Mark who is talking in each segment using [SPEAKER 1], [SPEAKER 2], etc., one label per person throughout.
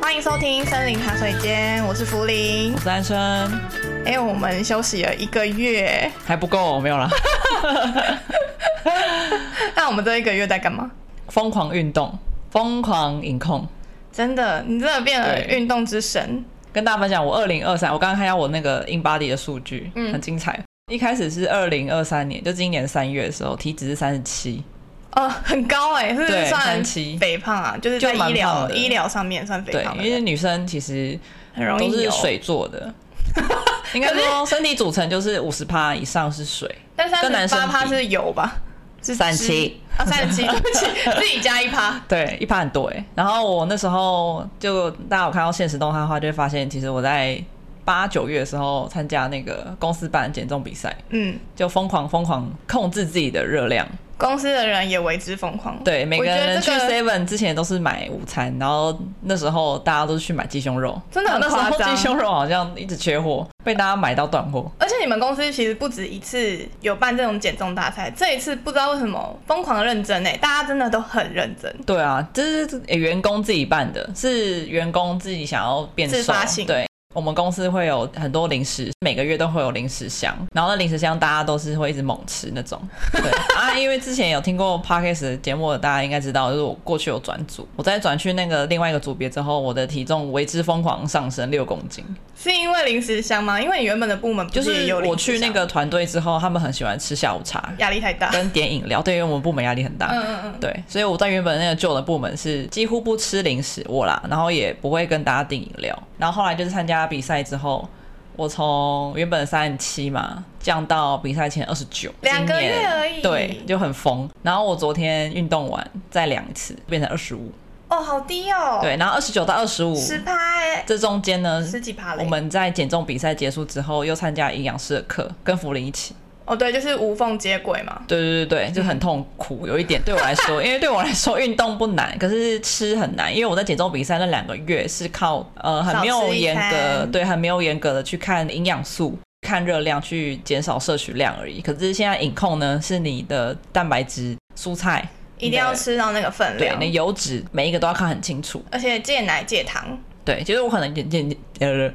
[SPEAKER 1] 欢迎收听森林茶水间，我是福林。
[SPEAKER 2] 三生
[SPEAKER 1] 哎、我们休息了一个月，
[SPEAKER 2] 还不够，没有啦。
[SPEAKER 1] 那我们这一个月在干嘛？
[SPEAKER 2] 疯狂运动，疯狂饮控，
[SPEAKER 1] 真的，你真的变了
[SPEAKER 2] 对
[SPEAKER 1] 运动之神。
[SPEAKER 2] 跟大家分享我二零二三，我刚刚看到我那个 InBody 的数据，
[SPEAKER 1] 嗯
[SPEAKER 2] 很精彩。一开始是二零二三年，就今年三月的时候，体脂是三十七，
[SPEAKER 1] 呃，很高哎、是不是
[SPEAKER 2] 对
[SPEAKER 1] 算
[SPEAKER 2] 三七
[SPEAKER 1] 肥胖啊？就是在
[SPEAKER 2] 就蛮
[SPEAKER 1] 医疗
[SPEAKER 2] 胖的
[SPEAKER 1] 医疗上面算肥
[SPEAKER 2] 对
[SPEAKER 1] 胖，的
[SPEAKER 2] 因为
[SPEAKER 1] 人，
[SPEAKER 2] 女生其实
[SPEAKER 1] 很容易
[SPEAKER 2] 都是
[SPEAKER 1] 油
[SPEAKER 2] 水做的， 应该说身体组成就是五十趴以上是水，
[SPEAKER 1] 但三
[SPEAKER 2] 跟男
[SPEAKER 1] 十
[SPEAKER 2] 生
[SPEAKER 1] 八趴
[SPEAKER 2] 比
[SPEAKER 1] 是油吧？是
[SPEAKER 2] 37
[SPEAKER 1] 脂啊，三十七，对不起， 自己加一趴。
[SPEAKER 2] 对，一趴很多哎、然后我那时候就大家有看到现实动态的话，就会发现其实我在八九月的时候参加那个公司办的减重比赛，
[SPEAKER 1] 嗯，
[SPEAKER 2] 就疯狂疯狂控制自己的热量。
[SPEAKER 1] 公司的人也为之疯狂。
[SPEAKER 2] 对，每
[SPEAKER 1] 嗯我
[SPEAKER 2] 个
[SPEAKER 1] 觉得
[SPEAKER 2] 人去
[SPEAKER 1] 这个
[SPEAKER 2] Seven 之前都是买午餐，然后那时候大家都是去买鸡胸肉，
[SPEAKER 1] 真的很
[SPEAKER 2] 那时候
[SPEAKER 1] 夸张
[SPEAKER 2] 鸡胸肉好像一直缺货，被大家买到断货。
[SPEAKER 1] 而且你们公司其实不止一次有办这种减重大赛，这一次不知道为什么疯狂认真哎、大家真的都很认真。
[SPEAKER 2] 对啊，这是呃员工自己办的，是员工自己想要变瘦。
[SPEAKER 1] 自发性
[SPEAKER 2] 对，我们公司会有很多零食，每个月都会有零食箱，然后那零食箱大家都是会一直猛吃那种。对 啊，因为之前有听过 podcast 的节目，大家应该知道，就是我过去有转组，我在转去那个另外一个组别之后，我的体重为之疯狂上升六公斤。
[SPEAKER 1] 是因为零食箱吗？因为你原本的部门不
[SPEAKER 2] 就是
[SPEAKER 1] 也
[SPEAKER 2] 是
[SPEAKER 1] 有零食箱
[SPEAKER 2] 我去那个团队之后，他们很喜欢吃下午茶
[SPEAKER 1] 压力太大。
[SPEAKER 2] 跟点饮料，对，因为我们部门压力很大。
[SPEAKER 1] 嗯嗯嗯，
[SPEAKER 2] 对，所以我在原本那个旧的部门是几乎不吃零食我啦，然后也不会跟大家订饮料。然后后来就是参加比赛之后，我从原本三十七嘛降到比赛前二十九，
[SPEAKER 1] 两个
[SPEAKER 2] 今年
[SPEAKER 1] 月而已
[SPEAKER 2] 对，就很疯。然后我昨天运动完再量一次，变成二十五，
[SPEAKER 1] 哦，好低哦，，
[SPEAKER 2] 对，然后二十九到二十五
[SPEAKER 1] 十趴哎，
[SPEAKER 2] 这中间呢，
[SPEAKER 1] 十几趴嘞。
[SPEAKER 2] 我们在减重比赛结束之后又参加营养师的课，跟福林一起。
[SPEAKER 1] 哦对，就是无缝接轨嘛。
[SPEAKER 2] 对对对对，就很痛苦，有一点对我来说，因为对我来说运动不难，可是吃很难，因为我在减重比赛那两个月是靠呃很没
[SPEAKER 1] 少
[SPEAKER 2] 有
[SPEAKER 1] 吃一
[SPEAKER 2] 严格，
[SPEAKER 1] 餐
[SPEAKER 2] 对，很没有严格的去看营养素。看热量去减少摄取量而已，可是现在饮控呢，是你的蛋白质、蔬菜
[SPEAKER 1] 一定要，吃到那个分
[SPEAKER 2] 你的对，
[SPEAKER 1] 量
[SPEAKER 2] 你，的油脂每一个都要看很清楚。
[SPEAKER 1] 而且戒奶戒糖，
[SPEAKER 2] 对，其实我可能减减呃，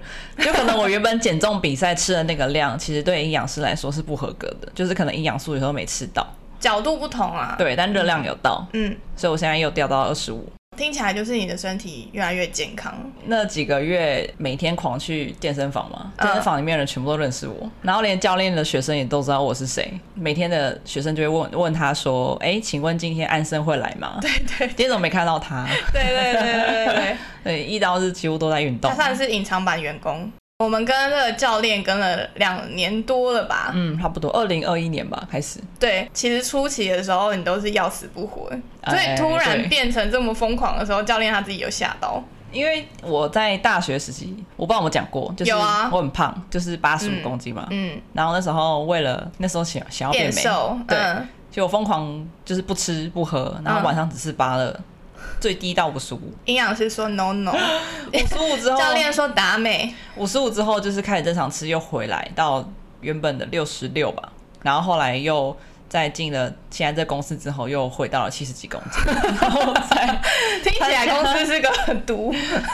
[SPEAKER 2] 就可能我原本减重比赛吃的那个量，其实对营养师来说是不合格的，就是可能营养素有时候没吃到，
[SPEAKER 1] 角度不同啊。，
[SPEAKER 2] 对，但热量有到，
[SPEAKER 1] 嗯，
[SPEAKER 2] 所以我现在又掉到二十五。
[SPEAKER 1] 听起来就是你的身体越来越健 康。
[SPEAKER 2] 那几个月每天狂去健身房嘛，
[SPEAKER 1] 嗯
[SPEAKER 2] 健身房里面的人全部都认识我，然后连教练的学生也都知道我是谁。每天的学生就会问问他说：“哎、请问今天安生会来 吗？”对对，今天怎么没看到他？
[SPEAKER 1] 对对对对对对。
[SPEAKER 2] 对，一到日几乎都在运动
[SPEAKER 1] 他，算是隐藏版员工。我们跟这个教练跟了两年多了吧？
[SPEAKER 2] 嗯，差不多二零二一年吧开始。
[SPEAKER 1] 对，其实初期的时候你都是要死不活，所以
[SPEAKER 2] 哎
[SPEAKER 1] 突然
[SPEAKER 2] 对
[SPEAKER 1] 变成这么疯狂的时候，教练他自己有吓到。
[SPEAKER 2] 因为我在大学时期，我不知道我们讲过，就是
[SPEAKER 1] 有啊
[SPEAKER 2] 我很胖，就是八十五公斤嘛。
[SPEAKER 1] 嗯，
[SPEAKER 2] 然后那时候为了那时候想想要哦变
[SPEAKER 1] 变
[SPEAKER 2] 美，
[SPEAKER 1] 瘦，
[SPEAKER 2] 对
[SPEAKER 1] 嗯，
[SPEAKER 2] 就我疯狂就是不吃不喝，然后晚上只吃
[SPEAKER 1] 嗯
[SPEAKER 2] 芭乐，最低到五十 五，
[SPEAKER 1] 营养师说 no no，
[SPEAKER 2] 哦五十五之后，
[SPEAKER 1] 教练说达 美，
[SPEAKER 2] 五十五之后就是开始正常吃，又回来到原本的六十六吧，然后后来又再进了现在这公司之后，又回到了七十几公 斤，然后在
[SPEAKER 1] 听起来公司是个毒。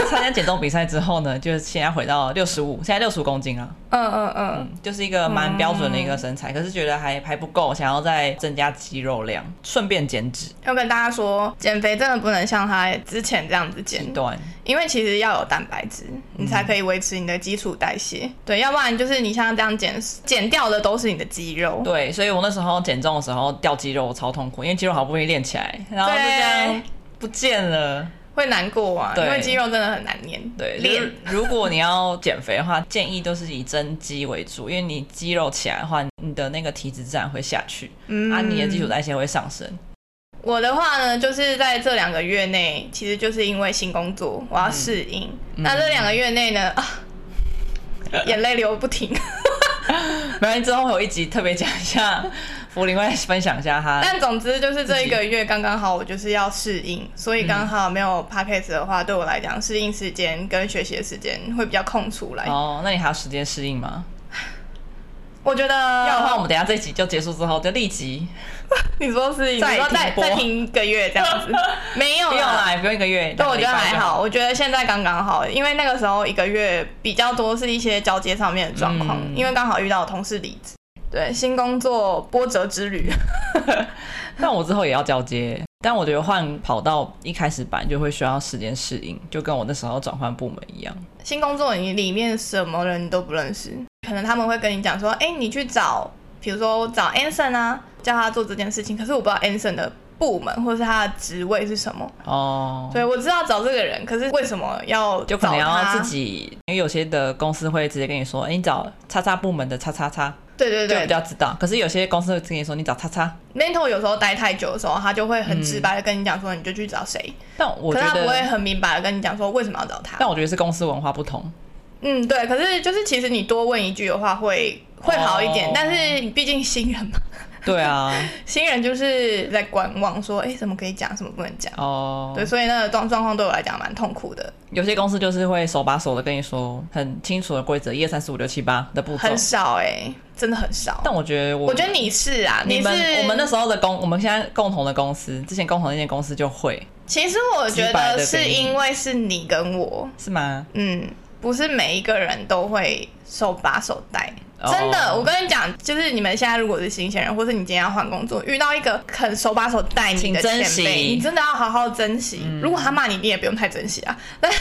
[SPEAKER 2] 参加减重比赛之后呢，就是现在回到六十五，现在六十五公斤啊，
[SPEAKER 1] 嗯嗯嗯，
[SPEAKER 2] 嗯，就是一个蛮标准的一个身材，可是觉得还还不够，想要再增加肌肉量，顺便减脂，
[SPEAKER 1] 要跟大家说，减肥真的不能像他之前这样子减
[SPEAKER 2] 极，端。
[SPEAKER 1] 因为其实要有蛋白质，你才可以维持你的基础代谢。
[SPEAKER 2] 嗯
[SPEAKER 1] 对，要不然就是你像这样减减掉的都是你的肌肉。
[SPEAKER 2] 对，所以我那时候减重的时候掉肌肉，我超痛苦，因为肌肉好不容易练起来，然后就这
[SPEAKER 1] 对
[SPEAKER 2] 样不见了。
[SPEAKER 1] 会难过啊，因
[SPEAKER 2] 对
[SPEAKER 1] 为肌肉真的很难练。
[SPEAKER 2] 对，就
[SPEAKER 1] 练
[SPEAKER 2] 是如果你要减肥的话，建议都是以增肌为主，因为你肌肉起来的话，你的那个体脂自然会下去，
[SPEAKER 1] 嗯
[SPEAKER 2] 啊，你的基础代谢会上升。
[SPEAKER 1] 我的话呢，就是在这两个月内，其实就是因为新工作，我要适应。
[SPEAKER 2] 嗯
[SPEAKER 1] 那这两个月内呢， 啊，眼泪流不停。
[SPEAKER 2] 啊没关系，之后会有一集特别讲一下，福林会分享一下他。
[SPEAKER 1] 但总之就是这一个月刚刚好，我就是要适
[SPEAKER 2] 嗯
[SPEAKER 1] 应，所以刚好没有 podcast 的话，对我来讲，适应时
[SPEAKER 2] 哦
[SPEAKER 1] 间跟学习的时间会比较空出来。
[SPEAKER 2] 哦，那你还有时间适应吗？
[SPEAKER 1] 我觉得
[SPEAKER 2] 要的话，我们等一下这集就结束之后就立即，
[SPEAKER 1] 你说是你
[SPEAKER 2] 再
[SPEAKER 1] 说
[SPEAKER 2] 停
[SPEAKER 1] 再
[SPEAKER 2] 播
[SPEAKER 1] 再停一个月这 样子，没有
[SPEAKER 2] 不用
[SPEAKER 1] 啦。
[SPEAKER 2] 啦，也不用一个月，
[SPEAKER 1] 对，
[SPEAKER 2] 两
[SPEAKER 1] 我觉
[SPEAKER 2] 个礼
[SPEAKER 1] 得
[SPEAKER 2] 拜
[SPEAKER 1] 还
[SPEAKER 2] 就
[SPEAKER 1] 好，我觉得现在刚刚好，因为那个时候一个月比较多是一些交接上面的状况，
[SPEAKER 2] 嗯
[SPEAKER 1] 因为刚好遇到同事离职，对，新工作波折之旅，
[SPEAKER 2] 但我之后也要交接，但我觉得换跑道一开始版就会需要时间适应，就跟我那时候转换部门一样。
[SPEAKER 1] 新工作你里面什么人你都不认识，可能他们会跟你讲说，哎、你去找，比如说找 Anson 啊，叫他做这件事情，可是我不知道 Anson 的部门或者是他的职位是什么，
[SPEAKER 2] 哦，
[SPEAKER 1] 对我知道找这个人，可是为什么要
[SPEAKER 2] 就可能
[SPEAKER 1] 找
[SPEAKER 2] 要
[SPEAKER 1] 他
[SPEAKER 2] 自己，因为有些的公司会直接跟你说，哎、你找叉叉部门的叉叉叉，
[SPEAKER 1] 对对
[SPEAKER 2] 就
[SPEAKER 1] 对
[SPEAKER 2] 比较知道。可是有些公司会跟你说，你找叉叉，
[SPEAKER 1] mentor 有时候待太久的时候，他就会很
[SPEAKER 2] 嗯
[SPEAKER 1] 直白的跟你讲说，你就去找谁，
[SPEAKER 2] 但我
[SPEAKER 1] 可
[SPEAKER 2] 觉
[SPEAKER 1] 是他不会
[SPEAKER 2] 得，
[SPEAKER 1] 很明白的跟你讲说为什么要找他。
[SPEAKER 2] 但我觉得是公司文化不同。
[SPEAKER 1] 嗯，对，可是就是其实你多问一句的话会会好一点，
[SPEAKER 2] 哦
[SPEAKER 1] 但是毕竟新人嘛，
[SPEAKER 2] 对啊，
[SPEAKER 1] 新人就是在观望说，哎，什么可以讲，什么不能讲。
[SPEAKER 2] 哦
[SPEAKER 1] 对，，所以那个状状况对我来讲蛮痛苦的，
[SPEAKER 2] 有些公司就是会手把手的跟你说很清楚的规则，一二三四五六七八的步骤
[SPEAKER 1] 很。少哎、真的很少。
[SPEAKER 2] 但我觉得我，
[SPEAKER 1] 我觉得你是啊，
[SPEAKER 2] 你
[SPEAKER 1] 是
[SPEAKER 2] 们我们那时候的公，我们现在共同的公司，之前共同的那间公司就会
[SPEAKER 1] 其实我觉
[SPEAKER 2] 直白
[SPEAKER 1] 得
[SPEAKER 2] 地给
[SPEAKER 1] 是
[SPEAKER 2] 你
[SPEAKER 1] 因为是你跟我，
[SPEAKER 2] 是吗？
[SPEAKER 1] 嗯，不是每一个人都会手把手带。
[SPEAKER 2] 哦
[SPEAKER 1] 真的我跟你讲，就是你们现在如果是新鲜人，或是你今天要换工作，遇到一个肯手把手带你的
[SPEAKER 2] 请珍
[SPEAKER 1] 前
[SPEAKER 2] 惜嗯
[SPEAKER 1] 辈，你真的要好好珍惜。如果他骂你，你也不用太珍惜啊。但是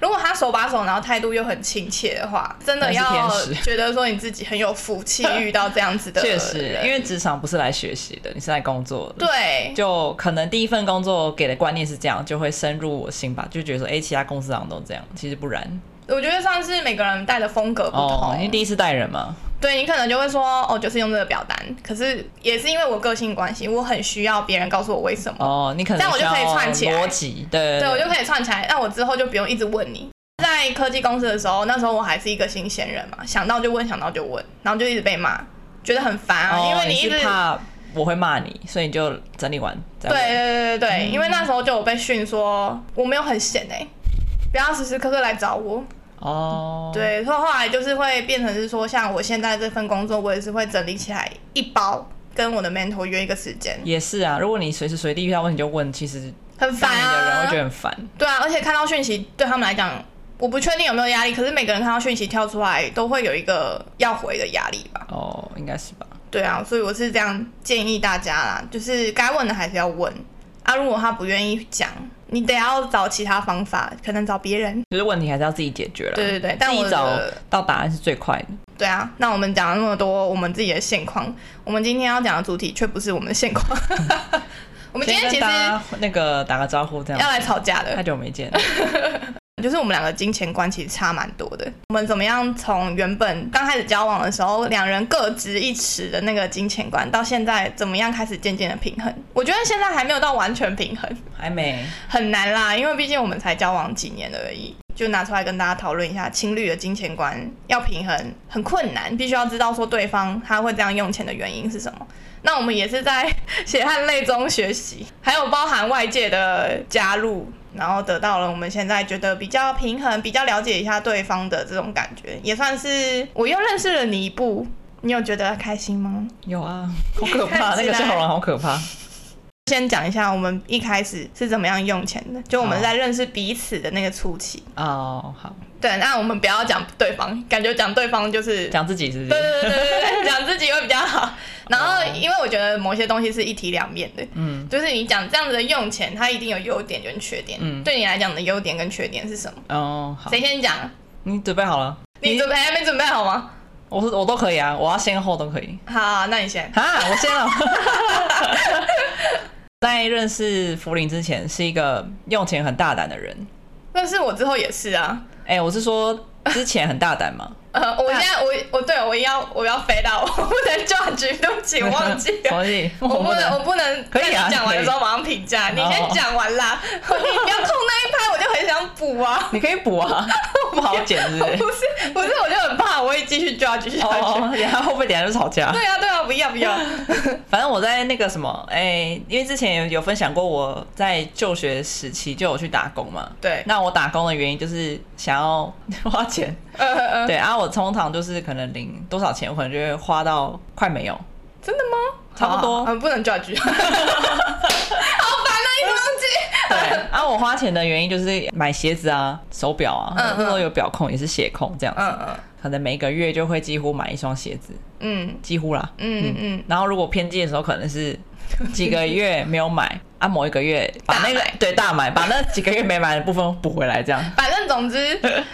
[SPEAKER 1] 如果他手把手，然后态度又很亲切的话，真的
[SPEAKER 2] 那是
[SPEAKER 1] 要
[SPEAKER 2] 天使
[SPEAKER 1] 觉得说你自己很有福气遇到这样子的
[SPEAKER 2] 确
[SPEAKER 1] 人。
[SPEAKER 2] 实，因为职场不是来学习的，你是来工作的。
[SPEAKER 1] 对
[SPEAKER 2] 就可能第一份工作给的观念是这样，就会深入我心吧，就觉得说，哎、其他公司好像都这样，其实不然。
[SPEAKER 1] 我觉得算是每个人带的风格不同。
[SPEAKER 2] 哦，因为第一次带人嘛，
[SPEAKER 1] 对你可能就会说，哦，就是用这个表单。可是也是因为我个性关系，我很需要别人告诉我为什么，
[SPEAKER 2] 哦，你可能
[SPEAKER 1] 这样我就可以
[SPEAKER 2] 需要
[SPEAKER 1] 串起来
[SPEAKER 2] 逻辑，对
[SPEAKER 1] 对我就可以串起来，那我之后就不用一直问你。在科技公司的时候，那时候我还是一个新鲜人嘛，想到就问，想到就问，然后就一直被骂，觉得很烦啊，
[SPEAKER 2] 哦
[SPEAKER 1] 因为
[SPEAKER 2] 你
[SPEAKER 1] 一直
[SPEAKER 2] 是怕我会骂你，所以你就整理完再
[SPEAKER 1] 对对
[SPEAKER 2] 问。
[SPEAKER 1] 对对
[SPEAKER 2] 嗯
[SPEAKER 1] 对，因为那时候就有被训说我没有很闲哎、不要时时刻刻来找我。
[SPEAKER 2] 哦，，
[SPEAKER 1] 对，所以后来就是会变成是说，像我现在这份工作，我也是会整理起来一包，跟我的 mentor 约一个时间，
[SPEAKER 2] 也是啊。如果你随时随地遇到问题就问，其实
[SPEAKER 1] 很烦
[SPEAKER 2] 当你的人
[SPEAKER 1] 啊
[SPEAKER 2] 会觉。得很烦。
[SPEAKER 1] 对啊，而且看到讯息对他们来讲，我不确定有没有压力，可是每个人看到讯息跳出来，都会有一个要回的压力吧？
[SPEAKER 2] 哦，应该是吧。
[SPEAKER 1] 对啊，所以我是这样建议大家啦，就是该问的还是要问啊。如果他不愿意讲，你得要找其他方法，可能找别人。
[SPEAKER 2] 就是问题还是要自己解决了。
[SPEAKER 1] 对对对但
[SPEAKER 2] 自
[SPEAKER 1] 我
[SPEAKER 2] 己找
[SPEAKER 1] 觉得
[SPEAKER 2] 到答案是最快的。
[SPEAKER 1] 对啊，那我们讲了那么多我们自己的现况，我们今天要讲的主题却不是我们的现况。 我们今天
[SPEAKER 2] 先
[SPEAKER 1] 其实
[SPEAKER 2] 跟大
[SPEAKER 1] 要
[SPEAKER 2] 家那个打个招呼，这样
[SPEAKER 1] 来吵架的
[SPEAKER 2] 太，久没见了。
[SPEAKER 1] 就是我们两个金钱观其实差蛮多的。我们怎么样从原本刚开始交往的时候，两人各执一词的那个金钱观，到现在怎么样开始渐渐的平衡？我觉得现在还没有到完全平衡，
[SPEAKER 2] 还没，
[SPEAKER 1] 很难啦，因为毕竟我们才交往几年而已。就拿出来跟大家讨论一下，情侣的金钱观要平衡很困难，必须要知道说对方他会这样用钱的原因是什么。 那我们也是在血汗泪中学习，还有包含外界的加入，然后得到了我们现在觉得比较平衡、比较了解一下对方的这种感觉，也算是我又认识了你一步。你有觉得开心吗？
[SPEAKER 2] 有 啊，好可怕，
[SPEAKER 1] 看
[SPEAKER 2] 那
[SPEAKER 1] 起来
[SPEAKER 2] 个笑容好可怕。
[SPEAKER 1] 先讲一下我们一开始是怎么样用钱的，就我们
[SPEAKER 2] 好
[SPEAKER 1] 在认识彼此的那个初期。
[SPEAKER 2] 哦，好，
[SPEAKER 1] 对，那我们不要讲对方，感觉讲对方就是
[SPEAKER 2] 讲自己是不
[SPEAKER 1] 对
[SPEAKER 2] 是？
[SPEAKER 1] 对对对对对，讲自己会比较好。然后，因为我觉得某些东西是一体两面的，
[SPEAKER 2] 嗯
[SPEAKER 1] 就是你讲这样子的用钱，它一定有优点跟缺点。
[SPEAKER 2] 嗯
[SPEAKER 1] 对你来讲你的优点跟缺点是什么？
[SPEAKER 2] 哦，好，
[SPEAKER 1] 谁先讲？
[SPEAKER 2] 你准备好了？
[SPEAKER 1] 你准备还没准备好吗？
[SPEAKER 2] 我是我都可以啊，我要先后都可以。
[SPEAKER 1] 好，那你先。
[SPEAKER 2] 啊，我 先了。 在认识福林之前，是一个用钱很大胆的人。
[SPEAKER 1] 但是我之后也是啊，
[SPEAKER 2] 哎、我是说之前很大胆 嘛，
[SPEAKER 1] 呃，我现
[SPEAKER 2] 啊
[SPEAKER 1] 在我我对我要我要飞到，我不能 judge，对不起，我忘记了。
[SPEAKER 2] 所以
[SPEAKER 1] 我
[SPEAKER 2] 我
[SPEAKER 1] 不
[SPEAKER 2] 不
[SPEAKER 1] 能，我
[SPEAKER 2] 能。
[SPEAKER 1] 不能
[SPEAKER 2] 可以啊
[SPEAKER 1] 在你讲完的
[SPEAKER 2] 可以
[SPEAKER 1] 时候马上评价，你先
[SPEAKER 2] 哦
[SPEAKER 1] 讲完 啦。你不要空那一拍，我就很想补啊。
[SPEAKER 2] 你可以补 啊，不好剪是不是？ 哦
[SPEAKER 1] 不是不是，我就很怕我会继续 judge 下去。
[SPEAKER 2] 哦，然后会不会等一下就吵架？
[SPEAKER 1] 对啊对啊，要不要不 要，
[SPEAKER 2] 反正我在那个什么，哎、因为之前有有分享过，我在就学时期就有去打工嘛。
[SPEAKER 1] 对，
[SPEAKER 2] 那我打工的原因就是想要 花钱，
[SPEAKER 1] 呃呃呃，
[SPEAKER 2] 对，然、啊后我通常就是可能领多少钱，我可能就会花到快没 有，
[SPEAKER 1] 真的吗？
[SPEAKER 2] 差不多
[SPEAKER 1] 好嗯，不能 judge，好烦啊，一直忘记。
[SPEAKER 2] 对，然、后我花钱的原因就是买鞋子啊、手表啊，
[SPEAKER 1] 嗯嗯
[SPEAKER 2] 那时候有表控也是鞋控这样子，
[SPEAKER 1] 嗯嗯
[SPEAKER 2] 可能每个月就会几乎买一双鞋子，
[SPEAKER 1] 嗯
[SPEAKER 2] 几乎啦。
[SPEAKER 1] 嗯嗯，
[SPEAKER 2] 然后如果偏激的时候，可 能是几个月没有买，啊某一个月把那
[SPEAKER 1] 大
[SPEAKER 2] 个
[SPEAKER 1] 买嗯
[SPEAKER 2] 对大买，把那几个月没买的部分补回来，这样
[SPEAKER 1] 反正总之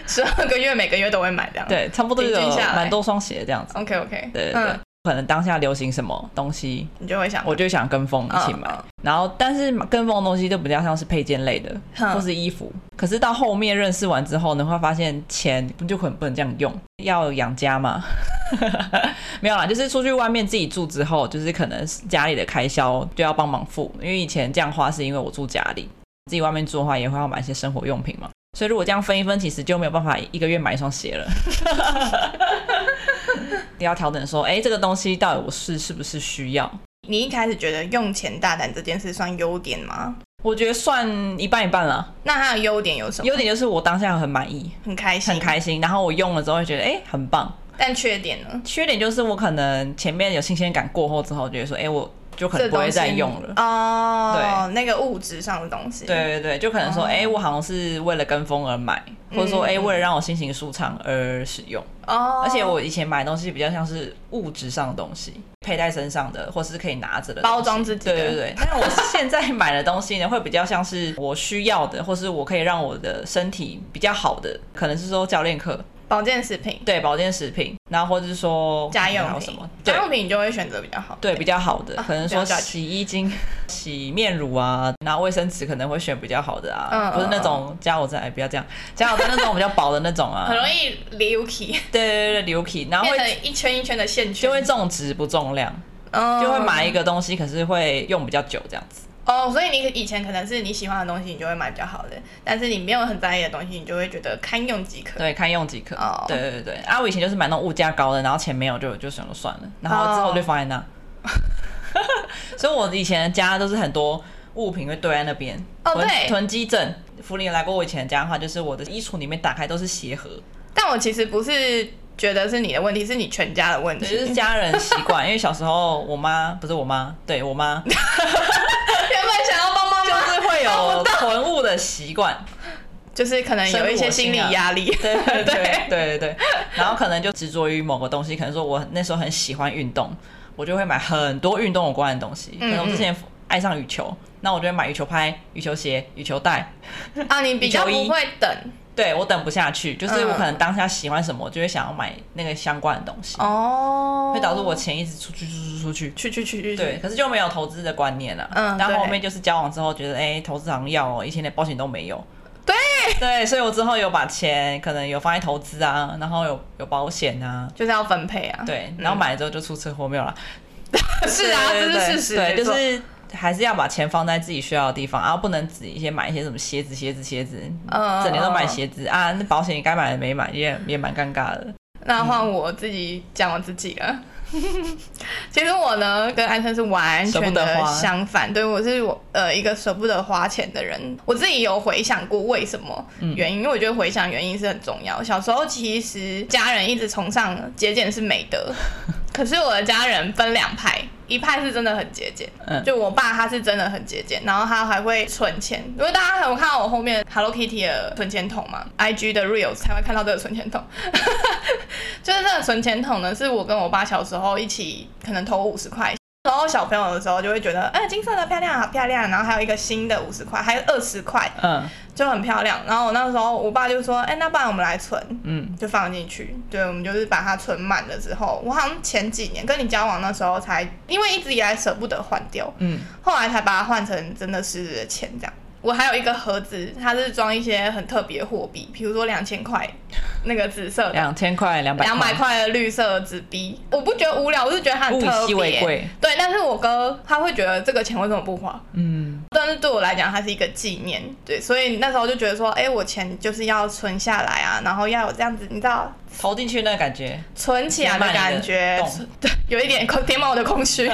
[SPEAKER 1] 十二个月每个月都会买这样。
[SPEAKER 2] 对，差不多有
[SPEAKER 1] 平均下来
[SPEAKER 2] 蛮多双鞋这样子。
[SPEAKER 1] ，OK OK，
[SPEAKER 2] 对对对，
[SPEAKER 1] 嗯，
[SPEAKER 2] 可能当下流行什么东西，
[SPEAKER 1] 你就会想，
[SPEAKER 2] 我就想跟风一起买。
[SPEAKER 1] 嗯嗯
[SPEAKER 2] 然后，但是跟风的东西就比较像是配件类的，
[SPEAKER 1] 嗯
[SPEAKER 2] 或是衣服。可是到后面认识完之后呢，会发现钱就很不能这样用，要养家嘛。 没有啦，就是出去外面自己住之后，就是可能家里的开销就要帮忙付，因为以前这样花是因为我住家里，自己外面住的话也会要买一些生活用品嘛。所以如果这样分一分，其实就没有办法一个月买一双鞋了。 要调整说，哎、这个东西到底我是是不是需要？
[SPEAKER 1] 你一开始觉得用钱大胆这件事算优点吗？
[SPEAKER 2] 我觉得算一半一半啦。
[SPEAKER 1] 那它的优点有什么？
[SPEAKER 2] 优点就是我当下很满意，
[SPEAKER 1] 很开心，
[SPEAKER 2] 很开心，然后我用了之后会觉得，哎、很棒。
[SPEAKER 1] 但缺点呢？
[SPEAKER 2] 缺点就是我可能前面有新鲜感过后之后，觉得说，哎、我就可
[SPEAKER 1] 这
[SPEAKER 2] 能不
[SPEAKER 1] 东
[SPEAKER 2] 会
[SPEAKER 1] 西
[SPEAKER 2] 再用了。
[SPEAKER 1] 哦，那个物质上的东西，
[SPEAKER 2] 对，对对，就可能说，
[SPEAKER 1] 哦
[SPEAKER 2] 哎、我好像是为了跟风而买，或者说，
[SPEAKER 1] 嗯
[SPEAKER 2] 哎、为了让我心情舒畅而使用。
[SPEAKER 1] 哦，
[SPEAKER 2] 而且我以前买东西比较像是物质上的东西，佩戴身上的，或是可以拿着的东西，
[SPEAKER 1] 包装自己的
[SPEAKER 2] 对对对。但我现在买的东西呢，会比较像是我需要的，或是我可以让我的身体比较好的，可能是说教练课，
[SPEAKER 1] 保健食品、
[SPEAKER 2] 对保健食品，然后或者是说哎
[SPEAKER 1] 家
[SPEAKER 2] 还有
[SPEAKER 1] 用
[SPEAKER 2] 什么
[SPEAKER 1] 品，，
[SPEAKER 2] 对
[SPEAKER 1] 家用品你就会选择比较好。
[SPEAKER 2] 对比较好的，
[SPEAKER 1] 啊
[SPEAKER 2] 可能
[SPEAKER 1] 不
[SPEAKER 2] 说
[SPEAKER 1] 要下去
[SPEAKER 2] 洗衣精、 洗面乳啊，然后卫生纸可能会选比较好的啊，
[SPEAKER 1] 嗯
[SPEAKER 2] 不是那
[SPEAKER 1] 嗯
[SPEAKER 2] 种加油站，哎不要这样，加油站那种比较薄的那种啊
[SPEAKER 1] 很，容易 lucky，
[SPEAKER 2] 对对对，流体，然后
[SPEAKER 1] 变
[SPEAKER 2] 会
[SPEAKER 1] 成一圈一圈的线圈，
[SPEAKER 2] 就会重质不重量。
[SPEAKER 1] 嗯
[SPEAKER 2] 就会买一个东西，可是会用比较久这样子。
[SPEAKER 1] 哦。所以你以前可能是你喜欢的东西，你就会买比较好的，但是你没有很在意的东西，你就会觉得堪用即可。
[SPEAKER 2] 对，看用即可。
[SPEAKER 1] 哦
[SPEAKER 2] 对对对对。啊，我以前就是买那种物价高的，然后钱没有就就想说算了，然后之后
[SPEAKER 1] 哦
[SPEAKER 2] 就放在那。 所以我以前的家都是很多物品会堆在那边。
[SPEAKER 1] 哦
[SPEAKER 2] 囤
[SPEAKER 1] 对
[SPEAKER 2] 囤积症。福林有来过我以前的家的话，就是我的衣橱里面打开都是鞋盒，
[SPEAKER 1] 但我其实不是觉得是你的问题，是你全家的问
[SPEAKER 2] 对，
[SPEAKER 1] 题。
[SPEAKER 2] 就是家人习 惯。因为小时候我妈不是我妈，对我妈就
[SPEAKER 1] 原本想要帮妈妈，
[SPEAKER 2] 是会 有囤物的习惯。
[SPEAKER 1] 就是可能有一些心理压力。
[SPEAKER 2] 对 对对对对对，然后可能就执着于某个东西，可能说我那时候很喜欢运动，我就会买很多运动有关的东西。可
[SPEAKER 1] 嗯
[SPEAKER 2] 能我之前爱上羽球，那我就会买羽球拍、羽球鞋、羽球袋。
[SPEAKER 1] 啊，你比较不会等
[SPEAKER 2] 对我等不下去，就是我
[SPEAKER 1] 嗯
[SPEAKER 2] 可能当下喜欢什么，我就会想要买那个相关的东西，
[SPEAKER 1] 哦，
[SPEAKER 2] 会导致我钱一直出去出去出
[SPEAKER 1] 去
[SPEAKER 2] 去。
[SPEAKER 1] 去去去
[SPEAKER 2] 对，
[SPEAKER 1] 去。
[SPEAKER 2] 可是就没有投资的观念了。
[SPEAKER 1] 嗯
[SPEAKER 2] 然后后
[SPEAKER 1] 对
[SPEAKER 2] 面就是交往之后，觉得哎、投资好像要哦，以前连保险都没有。
[SPEAKER 1] 对
[SPEAKER 2] 对，所以我之后有把钱可能有放在投资啊，然后有有保险啊，
[SPEAKER 1] 就是要分配啊，
[SPEAKER 2] 对，然后买了之后就出车祸没有了。
[SPEAKER 1] 是啊，
[SPEAKER 2] 对
[SPEAKER 1] 这
[SPEAKER 2] 对
[SPEAKER 1] 是
[SPEAKER 2] 对
[SPEAKER 1] 事实，
[SPEAKER 2] 对，
[SPEAKER 1] 没
[SPEAKER 2] 就
[SPEAKER 1] 错
[SPEAKER 2] 是还是要把钱放在自己需要的地方，然后不能只一些买一些什么鞋子、鞋子、鞋子，
[SPEAKER 1] 嗯
[SPEAKER 2] 整年都买。鞋子啊。那保险你该买的没买，也也蛮尴尬的。
[SPEAKER 1] 那换我自己讲我自己了。 其实我呢，跟安生是完
[SPEAKER 2] 舍
[SPEAKER 1] 全
[SPEAKER 2] 不得
[SPEAKER 1] 的
[SPEAKER 2] 花
[SPEAKER 1] 相反，对我是我呃一个舍不得花钱的人。我自己有回想过为什么
[SPEAKER 2] 嗯
[SPEAKER 1] 原因，因为我觉得回想原因是很重要。小时候其实家人一直崇尚节俭是美 德，可是我的家人分两派，一派是真的很节俭，
[SPEAKER 2] 嗯
[SPEAKER 1] 就我爸他是真的很节俭，然后他还会存钱。如果大家有看到我后面 Hello Kitty 的存钱筒嘛，IG 的 Reels 才会看到这个存钱筒。就是这个存钱筒呢，是我跟我爸小时候一起可能投五十块。然后小朋友的时候就会觉得，哎、金色的漂亮，好漂亮。然后还有一个新的五十块，还有二十块，
[SPEAKER 2] 嗯
[SPEAKER 1] 就很漂亮。然后我那时候我爸就说，哎、那不然我们来存，
[SPEAKER 2] 嗯，
[SPEAKER 1] 就放进去。对，我们就是把它存满了之后，我好像前几年跟你交往那时候才，因为一直以来舍不得换掉，
[SPEAKER 2] 嗯，
[SPEAKER 1] 后来才把它换成真的实质的钱这样。我还有一个盒子，它是装一些很特别的货币，比如说两千块那个紫色的。
[SPEAKER 2] 两千块、两百
[SPEAKER 1] 两百，块的绿色的纸币，我不觉得无聊，我是觉得它很
[SPEAKER 2] 物以
[SPEAKER 1] 特
[SPEAKER 2] 稀为
[SPEAKER 1] 别。
[SPEAKER 2] 贵。
[SPEAKER 1] 对，但是我哥他会觉得这个钱为什么不花？
[SPEAKER 2] 嗯，
[SPEAKER 1] 对但是对我来讲，它是一个纪念，对，所以那时候就觉得说，哎、我钱就是要存下来啊，然后要有这样子，你知道，
[SPEAKER 2] 投进去那个感觉，
[SPEAKER 1] 存起来的感觉
[SPEAKER 2] 填满你的，
[SPEAKER 1] 对， 有一点空填满我的空 虚。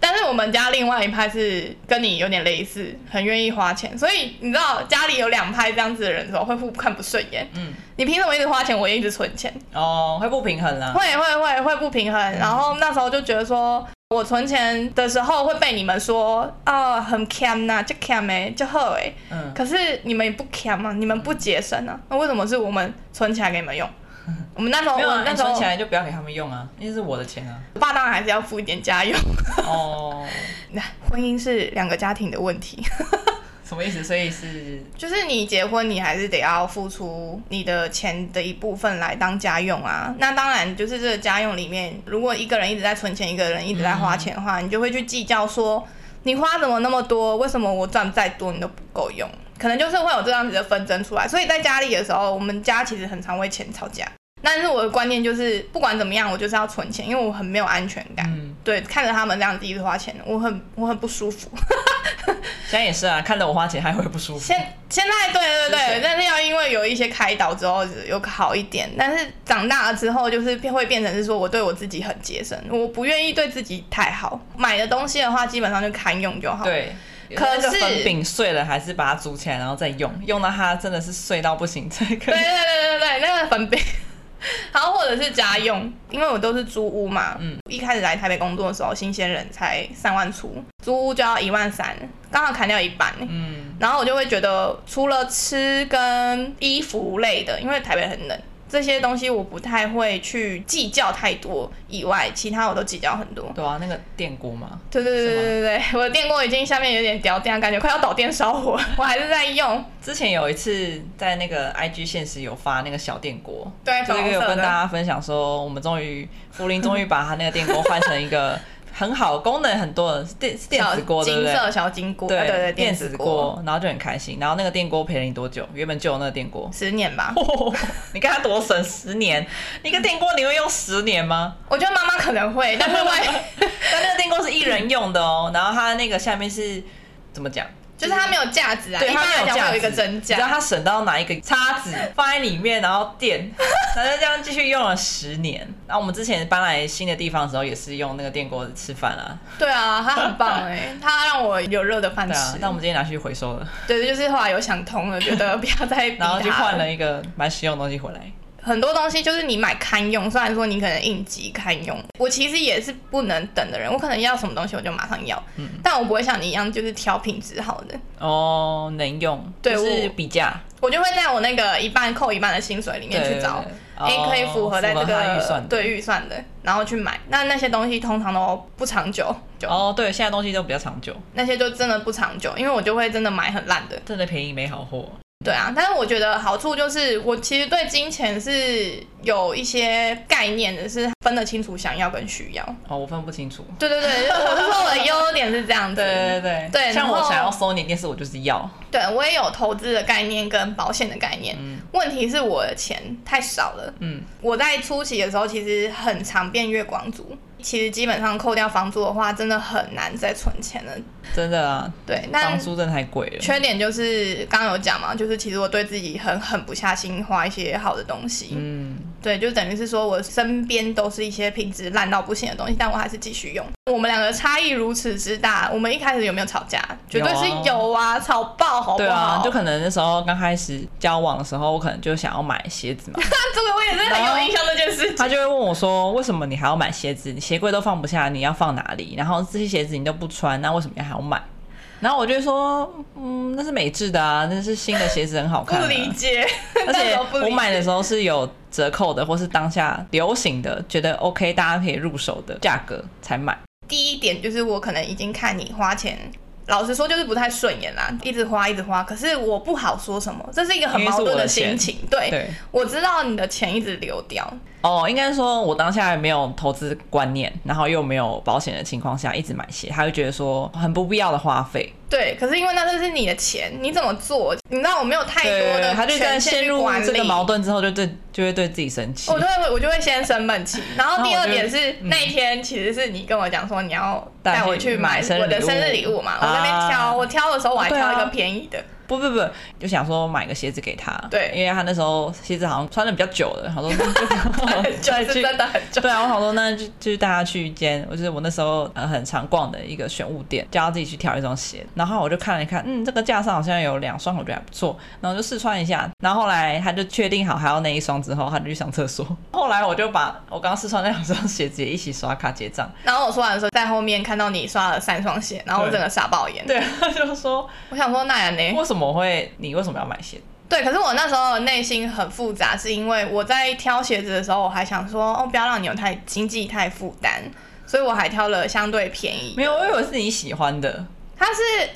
[SPEAKER 1] 但是我们家另外一派是跟你有点类似，很愿意花钱，所以你知道家里有两派这样子的人的时候，会互看不顺眼。
[SPEAKER 2] 嗯，
[SPEAKER 1] 你凭什么一直花钱，我也一直存钱？
[SPEAKER 2] 哦，会不平衡啦。
[SPEAKER 1] 会会会会不平衡。
[SPEAKER 2] 嗯
[SPEAKER 1] 然后那时候就觉得说，我存钱的时候会被你们说啊，很 cam 呐、就 cam 哎，就好哎。
[SPEAKER 2] 嗯，
[SPEAKER 1] 可是你们也不 cam 啊，你们不节省啊，那为什么是我们存起来给你们 用？我们那时候，
[SPEAKER 2] 没有
[SPEAKER 1] 我
[SPEAKER 2] 啊，
[SPEAKER 1] 们那
[SPEAKER 2] 你
[SPEAKER 1] 时候
[SPEAKER 2] 存，起来就不要给他们用啊，那是我的钱啊。
[SPEAKER 1] 我爸当然还是要付一点家用。
[SPEAKER 2] 哦，
[SPEAKER 1] 婚姻是两个家庭的问题，
[SPEAKER 2] 什么意思？所以是
[SPEAKER 1] 就是你结婚，你还是得要付出你的钱的一部分来当家用啊。那当然，就是这个家用里面，如果一个人一直在存钱，一个人一直在花钱的话，你就会去计较说，你花怎么那么多？为什么我赚再多你都不够用？可能就是会有这样子的纷争出来。所以在家里的时候，我们家其实很常为钱吵架。但是我的观念就是，不管怎么样，我就是要存钱，因为我很没有安全感。
[SPEAKER 2] 嗯
[SPEAKER 1] 对，看着他们这样子一直花钱，我很我很不舒服。
[SPEAKER 2] 现在也是啊，看着我花钱还会不舒服。
[SPEAKER 1] 现现在对对
[SPEAKER 2] 是
[SPEAKER 1] 对
[SPEAKER 2] 谁，
[SPEAKER 1] 但是要因为有一些开导之后有好一点，但是长大了之后就是变会变成是说我对我自己很节省，我不愿意对自己太好。买的东西的话，基本上就堪用就好。，
[SPEAKER 2] 对，
[SPEAKER 1] 可
[SPEAKER 2] 那个
[SPEAKER 1] 是
[SPEAKER 2] 粉饼碎了，还是把它煮起来，然后再用，用到它真的是碎到不行， 这
[SPEAKER 1] 对
[SPEAKER 2] 个
[SPEAKER 1] 对对对对，那个粉饼，然后或者是家用，因为我都是租屋嘛，
[SPEAKER 2] 嗯
[SPEAKER 1] 嗯，一开始来台北工作的时候，新鲜人才三万出，租屋就要一万三，刚好砍掉一半、
[SPEAKER 2] 嗯，
[SPEAKER 1] 然后我就会觉得，除了吃跟衣服类的，因为台北很冷，这些东西我不太会去计较太多以外，其他我都计较很多。
[SPEAKER 2] 对啊，那个电锅嘛，
[SPEAKER 1] 对对对对对对，我的电锅已经下面有点掉电，感觉快要导电烧火，我还是在用。
[SPEAKER 2] 之前有一次在那个 IG 现实有发那个小电锅，
[SPEAKER 1] 对，
[SPEAKER 2] 就
[SPEAKER 1] 粉
[SPEAKER 2] 是
[SPEAKER 1] 红
[SPEAKER 2] 有
[SPEAKER 1] 色
[SPEAKER 2] 跟大
[SPEAKER 1] 的。
[SPEAKER 2] 家分享说，我们终于福林终于把他那个电锅换成一 个很好功能很多的是电是电
[SPEAKER 1] 小
[SPEAKER 2] 子锅，对不
[SPEAKER 1] 金
[SPEAKER 2] 对？
[SPEAKER 1] 色小金锅，啊对对，
[SPEAKER 2] 电
[SPEAKER 1] 子，
[SPEAKER 2] 子，锅，然后就很开心。然后那个电锅陪了你多久？原本就有那个电锅
[SPEAKER 1] 十年吧。
[SPEAKER 2] 你看他多省十年，一个电锅你会用十年吗？
[SPEAKER 1] 我觉得妈妈可能会，但是外，
[SPEAKER 2] 但那个电锅是一人用的哦，然后它那个下面是怎么讲？
[SPEAKER 1] 就是它没有价值啊。
[SPEAKER 2] 对，
[SPEAKER 1] 一
[SPEAKER 2] 它
[SPEAKER 1] 般来
[SPEAKER 2] 没有
[SPEAKER 1] 讲
[SPEAKER 2] 架
[SPEAKER 1] 会有一个
[SPEAKER 2] 子
[SPEAKER 1] 真
[SPEAKER 2] 你知道
[SPEAKER 1] 价。
[SPEAKER 2] 它省到哪一个叉子 放在里面，然后电，然后就这样继续用了十年。然后我们之前搬来新的地方的时候，也是用那个电锅吃饭啊，
[SPEAKER 1] 对啊，它很棒哎、它让我有热的饭
[SPEAKER 2] 对啊
[SPEAKER 1] 吃。。
[SPEAKER 2] 但我们今天拿去回收了，
[SPEAKER 1] 对，就是后来有想通了，觉得不要 再逼他
[SPEAKER 2] 然后就换了一个蛮实用的东西回来。
[SPEAKER 1] 很多东西，就是你买堪用，虽然说你可能应急堪用，我其实也是不能等的人，我可能要什么东西我就马上要，
[SPEAKER 2] 嗯
[SPEAKER 1] 但我不会像你一样就是挑品质好的，
[SPEAKER 2] 哦，能用，
[SPEAKER 1] 对
[SPEAKER 2] 就是
[SPEAKER 1] 我
[SPEAKER 2] 比价，
[SPEAKER 1] 我就会在我那个一半扣一半的薪水里面去找，哎、
[SPEAKER 2] 哦
[SPEAKER 1] 可以符合在这
[SPEAKER 2] 它
[SPEAKER 1] 个
[SPEAKER 2] 预算的。
[SPEAKER 1] 对预算的，然后去买。那那些东西通常都不长久，就、
[SPEAKER 2] 哦，对，现在东西都比较长久，
[SPEAKER 1] 那些就真的不长久，因为我就会真的买很烂的。
[SPEAKER 2] 真的便宜没好货。
[SPEAKER 1] 对啊，但是我觉得好处就是，我其实对金钱是有一些概念的，是分得清楚想要跟需要。
[SPEAKER 2] 哦，我分不清楚。
[SPEAKER 1] 对对对，我是说我的优点是这样子。
[SPEAKER 2] 对对对
[SPEAKER 1] 对
[SPEAKER 2] 像我
[SPEAKER 1] 然后
[SPEAKER 2] 想要 Sony 电视，我就是要。
[SPEAKER 1] 对我也有投资的概念跟保险的概念。
[SPEAKER 2] 嗯
[SPEAKER 1] 问题是我的钱太少了。
[SPEAKER 2] 嗯，
[SPEAKER 1] 我在初期的时候其实很常变月光族，其实基本上扣掉房租的话，真的很难再存钱了。
[SPEAKER 2] 真的啊，
[SPEAKER 1] 对，那
[SPEAKER 2] 房租真的太贵了。
[SPEAKER 1] 缺点就是刚刚有讲嘛，就是其实我对自己很狠不下心花一些好的东西。
[SPEAKER 2] 嗯，
[SPEAKER 1] 对，就等于是说我身边都是一些品质烂到不行的东西，但我还是继续用。我们两个差异如此之大，我们一开始有没有吵架？绝对是有啊，吵爆好不好？
[SPEAKER 2] 对 啊，就可能那时候刚开始交往的时候，我可能就想要买鞋子 嘛，
[SPEAKER 1] 那这个我也是很有印象这件事情。
[SPEAKER 2] 他就会问我说，为什么你还要买鞋子？你鞋柜都放不下，你要放哪里？然后这些鞋子你都不穿，那为什么你还要买？然后我就会说，嗯，那是美制的啊，那是新的鞋子很好
[SPEAKER 1] 不
[SPEAKER 2] 看、啊。
[SPEAKER 1] 理解， 那
[SPEAKER 2] 而
[SPEAKER 1] 时
[SPEAKER 2] 且
[SPEAKER 1] 候不理
[SPEAKER 2] 我
[SPEAKER 1] 解
[SPEAKER 2] 买的时候是有折扣的，或是当下流行的，觉得 OK，大家可以入手的价格才买。
[SPEAKER 1] 第一点就是我可能已经看你花钱，老实说就是不太顺眼啦，一直花一直花，可是我不好说什么，这是一个很
[SPEAKER 2] 因为是
[SPEAKER 1] 矛盾
[SPEAKER 2] 我的
[SPEAKER 1] 心
[SPEAKER 2] 钱
[SPEAKER 1] 情。对，
[SPEAKER 2] 对，
[SPEAKER 1] 我知道你的钱一直流掉，
[SPEAKER 2] 哦，应该说，我当下没有投资观念，然后又没有保险的情况下，一直买鞋，他会觉得说很不必要的花费。
[SPEAKER 1] 对，可是因为那这是你的钱，你怎么做？你知道我没有太多的
[SPEAKER 2] 对，他就在
[SPEAKER 1] 权限
[SPEAKER 2] 陷
[SPEAKER 1] 去
[SPEAKER 2] 入
[SPEAKER 1] 管理
[SPEAKER 2] 这个矛盾之后，就对就会对自己生气
[SPEAKER 1] 我。就会我就会先生闷气，然后第
[SPEAKER 2] 然
[SPEAKER 1] 二
[SPEAKER 2] 后我就
[SPEAKER 1] 点是、那一天其实是你跟我讲说你要带我去买
[SPEAKER 2] 带去买
[SPEAKER 1] 我的
[SPEAKER 2] 生
[SPEAKER 1] 生
[SPEAKER 2] 日
[SPEAKER 1] 日
[SPEAKER 2] 礼
[SPEAKER 1] 礼
[SPEAKER 2] 物
[SPEAKER 1] 物嘛，我那
[SPEAKER 2] 啊
[SPEAKER 1] 边挑，我挑的时候我还
[SPEAKER 2] 对啊
[SPEAKER 1] 挑一个便宜的，
[SPEAKER 2] 不不不，就想说买个鞋子给他，
[SPEAKER 1] 对
[SPEAKER 2] 因为他那时候鞋子好像穿的比较久 了，他说就
[SPEAKER 1] 就是真的很重。
[SPEAKER 2] 对啊，我好多那就就是带他去一间，我就是我那时候呃很常逛的一个选物店，叫他自己去挑一双鞋，然后我就看了一看，嗯，这个架上好像有两双，我觉得还不错，然后就试穿一下，然后后来他就确定好还要那一双之后，他就去上厕所，后来我就把我刚试穿那两双鞋子也一起刷卡结账，
[SPEAKER 1] 然后我说完的时候，在后面看到你刷了三双鞋，然后我整个傻爆眼。
[SPEAKER 2] 对，啊他就说
[SPEAKER 1] 我想说那人呢？
[SPEAKER 2] 为什么会你为什么要买鞋？
[SPEAKER 1] 对，可是我那时候内心很复杂，是因为我在挑鞋子的时候，我还想说哦，不要让你有太经济太负担，所以我还挑了相对便宜。
[SPEAKER 2] 没有，我以为是你喜欢的，
[SPEAKER 1] 它是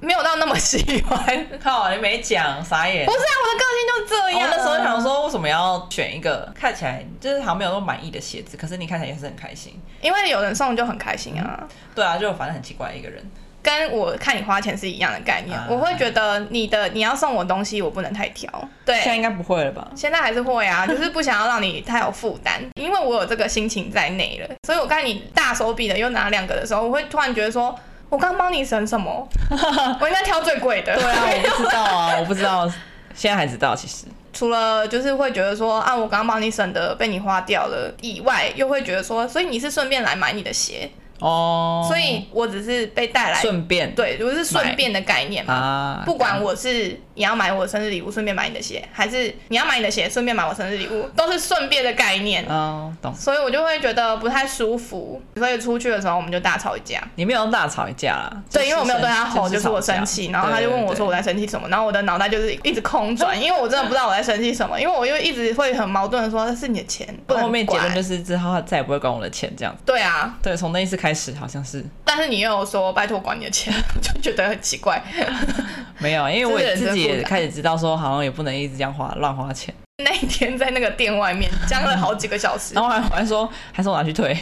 [SPEAKER 1] 没有到那么喜欢，
[SPEAKER 2] 靠，你没讲，傻眼
[SPEAKER 1] 不。是啊，我的个性就这
[SPEAKER 2] 我
[SPEAKER 1] 样、啊
[SPEAKER 2] 哦那时候想，说，为什么要选一个看起来就是好像没有那么满意的鞋子，可是你看起来也是很开心。
[SPEAKER 1] 因为有人送就很开心啊，
[SPEAKER 2] 对啊，就反正很奇怪一个人。
[SPEAKER 1] 跟我看你花钱是一样的概念。
[SPEAKER 2] 啊
[SPEAKER 1] 我会觉得你的你要送我东西，我不能太挑。对
[SPEAKER 2] 现，在应该不会了吧？
[SPEAKER 1] 现在还是会 啊，就是不想要让你太有负担，因为我有这个心情在内了。所以我看你大手笔的又拿两个的时候，我会突然觉得说。我刚帮你省什么？ 我应该挑最贵的。
[SPEAKER 2] 对啊，我不知道啊，我不知道，现在还知道其实。
[SPEAKER 1] 除了就是会觉得说啊，我刚刚帮你省的被你花掉了以外，又会觉得说，所以你是顺便来买你的鞋，
[SPEAKER 2] 哦，
[SPEAKER 1] 所以我只是被带来，
[SPEAKER 2] 顺便
[SPEAKER 1] 对，我是顺便的概念嘛。
[SPEAKER 2] 啊，
[SPEAKER 1] 不管我是你要买我生日礼物，顺便买你的鞋，还是你要买你的鞋，顺便买我生日礼物，都是顺便的概念，
[SPEAKER 2] 哦，懂。
[SPEAKER 1] 所以我就会觉得不太舒服，所以出去的时候我们就大吵一架。
[SPEAKER 2] 你没有大吵一架啦，
[SPEAKER 1] 对，
[SPEAKER 2] 就
[SPEAKER 1] 因为我没有
[SPEAKER 2] 是
[SPEAKER 1] 对他吼，
[SPEAKER 2] 就
[SPEAKER 1] 就是是我
[SPEAKER 2] 吵架
[SPEAKER 1] 生气，然后他就问我说我，在生气什么，然后我的脑袋就是一直空转，因为我真的不知道我在生气什么，因为我又一直会很矛盾的说这是你的钱，不
[SPEAKER 2] 对
[SPEAKER 1] 能
[SPEAKER 2] 对对后面结
[SPEAKER 1] 管
[SPEAKER 2] 论就是之后他再也不会管我的钱这样。
[SPEAKER 1] 对啊，
[SPEAKER 2] 对，从那一次开始好像是
[SPEAKER 1] 但是你又有说拜托管你的钱， 我就觉得很奇怪。
[SPEAKER 2] 没有，因为
[SPEAKER 1] 这
[SPEAKER 2] 我
[SPEAKER 1] 个
[SPEAKER 2] 也
[SPEAKER 1] 人真
[SPEAKER 2] 自己
[SPEAKER 1] 复
[SPEAKER 2] 也
[SPEAKER 1] 杂
[SPEAKER 2] 开始知道说，好像也不能一直这样花乱花钱。
[SPEAKER 1] 那一天在那个店外面僵了好几个小时
[SPEAKER 2] 然，后还还说，还是我拿去退。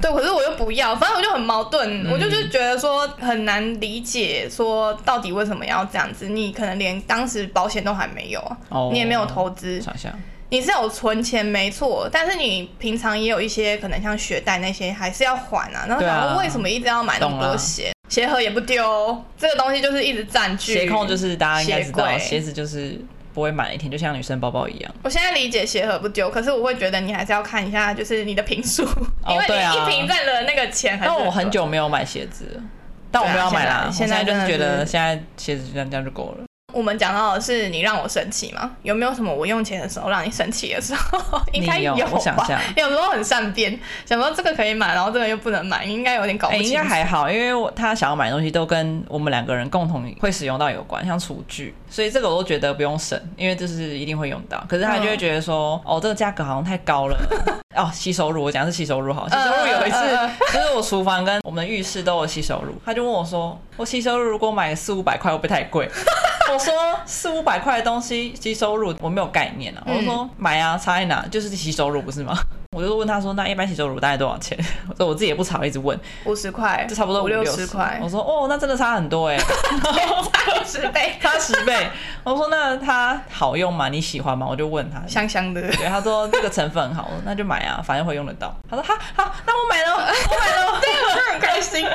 [SPEAKER 1] 对，可是我又不要，反正我就很矛盾，
[SPEAKER 2] 嗯
[SPEAKER 1] 我就就觉得说很难理解，说到底为什么要这样子？你可能连当时保险都还没有啊，
[SPEAKER 2] 哦
[SPEAKER 1] 你也没有投资，
[SPEAKER 2] 想想，
[SPEAKER 1] 你是有存钱没错，但是你平常也有一些可能像学贷那些还是要还啊。然后
[SPEAKER 2] 对啊
[SPEAKER 1] 想说为什么一直要买那么
[SPEAKER 2] 懂
[SPEAKER 1] 多
[SPEAKER 2] 啊
[SPEAKER 1] 鞋？鞋盒也不丢，这个东西就是一直占据。
[SPEAKER 2] 鞋控就是大家应该知道，
[SPEAKER 1] 鞋柜
[SPEAKER 2] 鞋子就是不会满一天，就像女生包包一样。
[SPEAKER 1] 我现在理解鞋盒不丢，可是我会觉得你还是要看一下，就是你的瓶数，因为
[SPEAKER 2] 对啊
[SPEAKER 1] 你一瓶占了那个钱还是
[SPEAKER 2] 但
[SPEAKER 1] 多。啊
[SPEAKER 2] 我很久没有买鞋子了，但我没有买啦。
[SPEAKER 1] 现在
[SPEAKER 2] 我
[SPEAKER 1] 现在
[SPEAKER 2] 就是觉
[SPEAKER 1] 真
[SPEAKER 2] 得
[SPEAKER 1] 的是
[SPEAKER 2] 现在鞋子就这样这样就够了。
[SPEAKER 1] 我们讲到的是你让我生气嘛？有没有什么我用钱的时候让你生气的时候？ 应该
[SPEAKER 2] 你有我想一
[SPEAKER 1] 吧
[SPEAKER 2] 下。
[SPEAKER 1] 有时候很善变，想说这个可以买，然后这个又不能买，你应该有点搞不
[SPEAKER 2] 哎、
[SPEAKER 1] 清楚。
[SPEAKER 2] 应该还好，因为我他想要买的东西都跟我们两个人共同会使用到有关，像厨具，所以这个我都觉得不用省，因为这是一定会用到。可是他就会觉得说，
[SPEAKER 1] 嗯
[SPEAKER 2] 哦，这个价格好像太 高了。哦，吸收乳，我讲的是吸收乳好了，吸收乳有一次
[SPEAKER 1] 嗯嗯嗯
[SPEAKER 2] 就是我厨房跟我们的浴室都有吸收乳，他就问我说，我吸收乳如果买个四五百块会不会太贵？ 我说四五百块的东西吸收乳我没有概念啊，
[SPEAKER 1] 嗯
[SPEAKER 2] 我说买啊，差在哪？就是吸收乳不是吗？我就问他说，那一般吸收乳大概多少钱？我说我自己也不查，一直问，
[SPEAKER 1] 五十块，
[SPEAKER 2] 就差不多
[SPEAKER 1] 五
[SPEAKER 2] 六
[SPEAKER 1] 十块
[SPEAKER 2] 我，说哦，那真的差很多哎，
[SPEAKER 1] 差十倍，
[SPEAKER 2] 差十倍。我说那它好用吗？你喜欢吗？我就问他。
[SPEAKER 1] 香香 的。
[SPEAKER 2] 对，他说这个成分很好，我说那就买啊，反正会用得到。他说哈好，那我买了，我买了。
[SPEAKER 1] 对，我就很开心。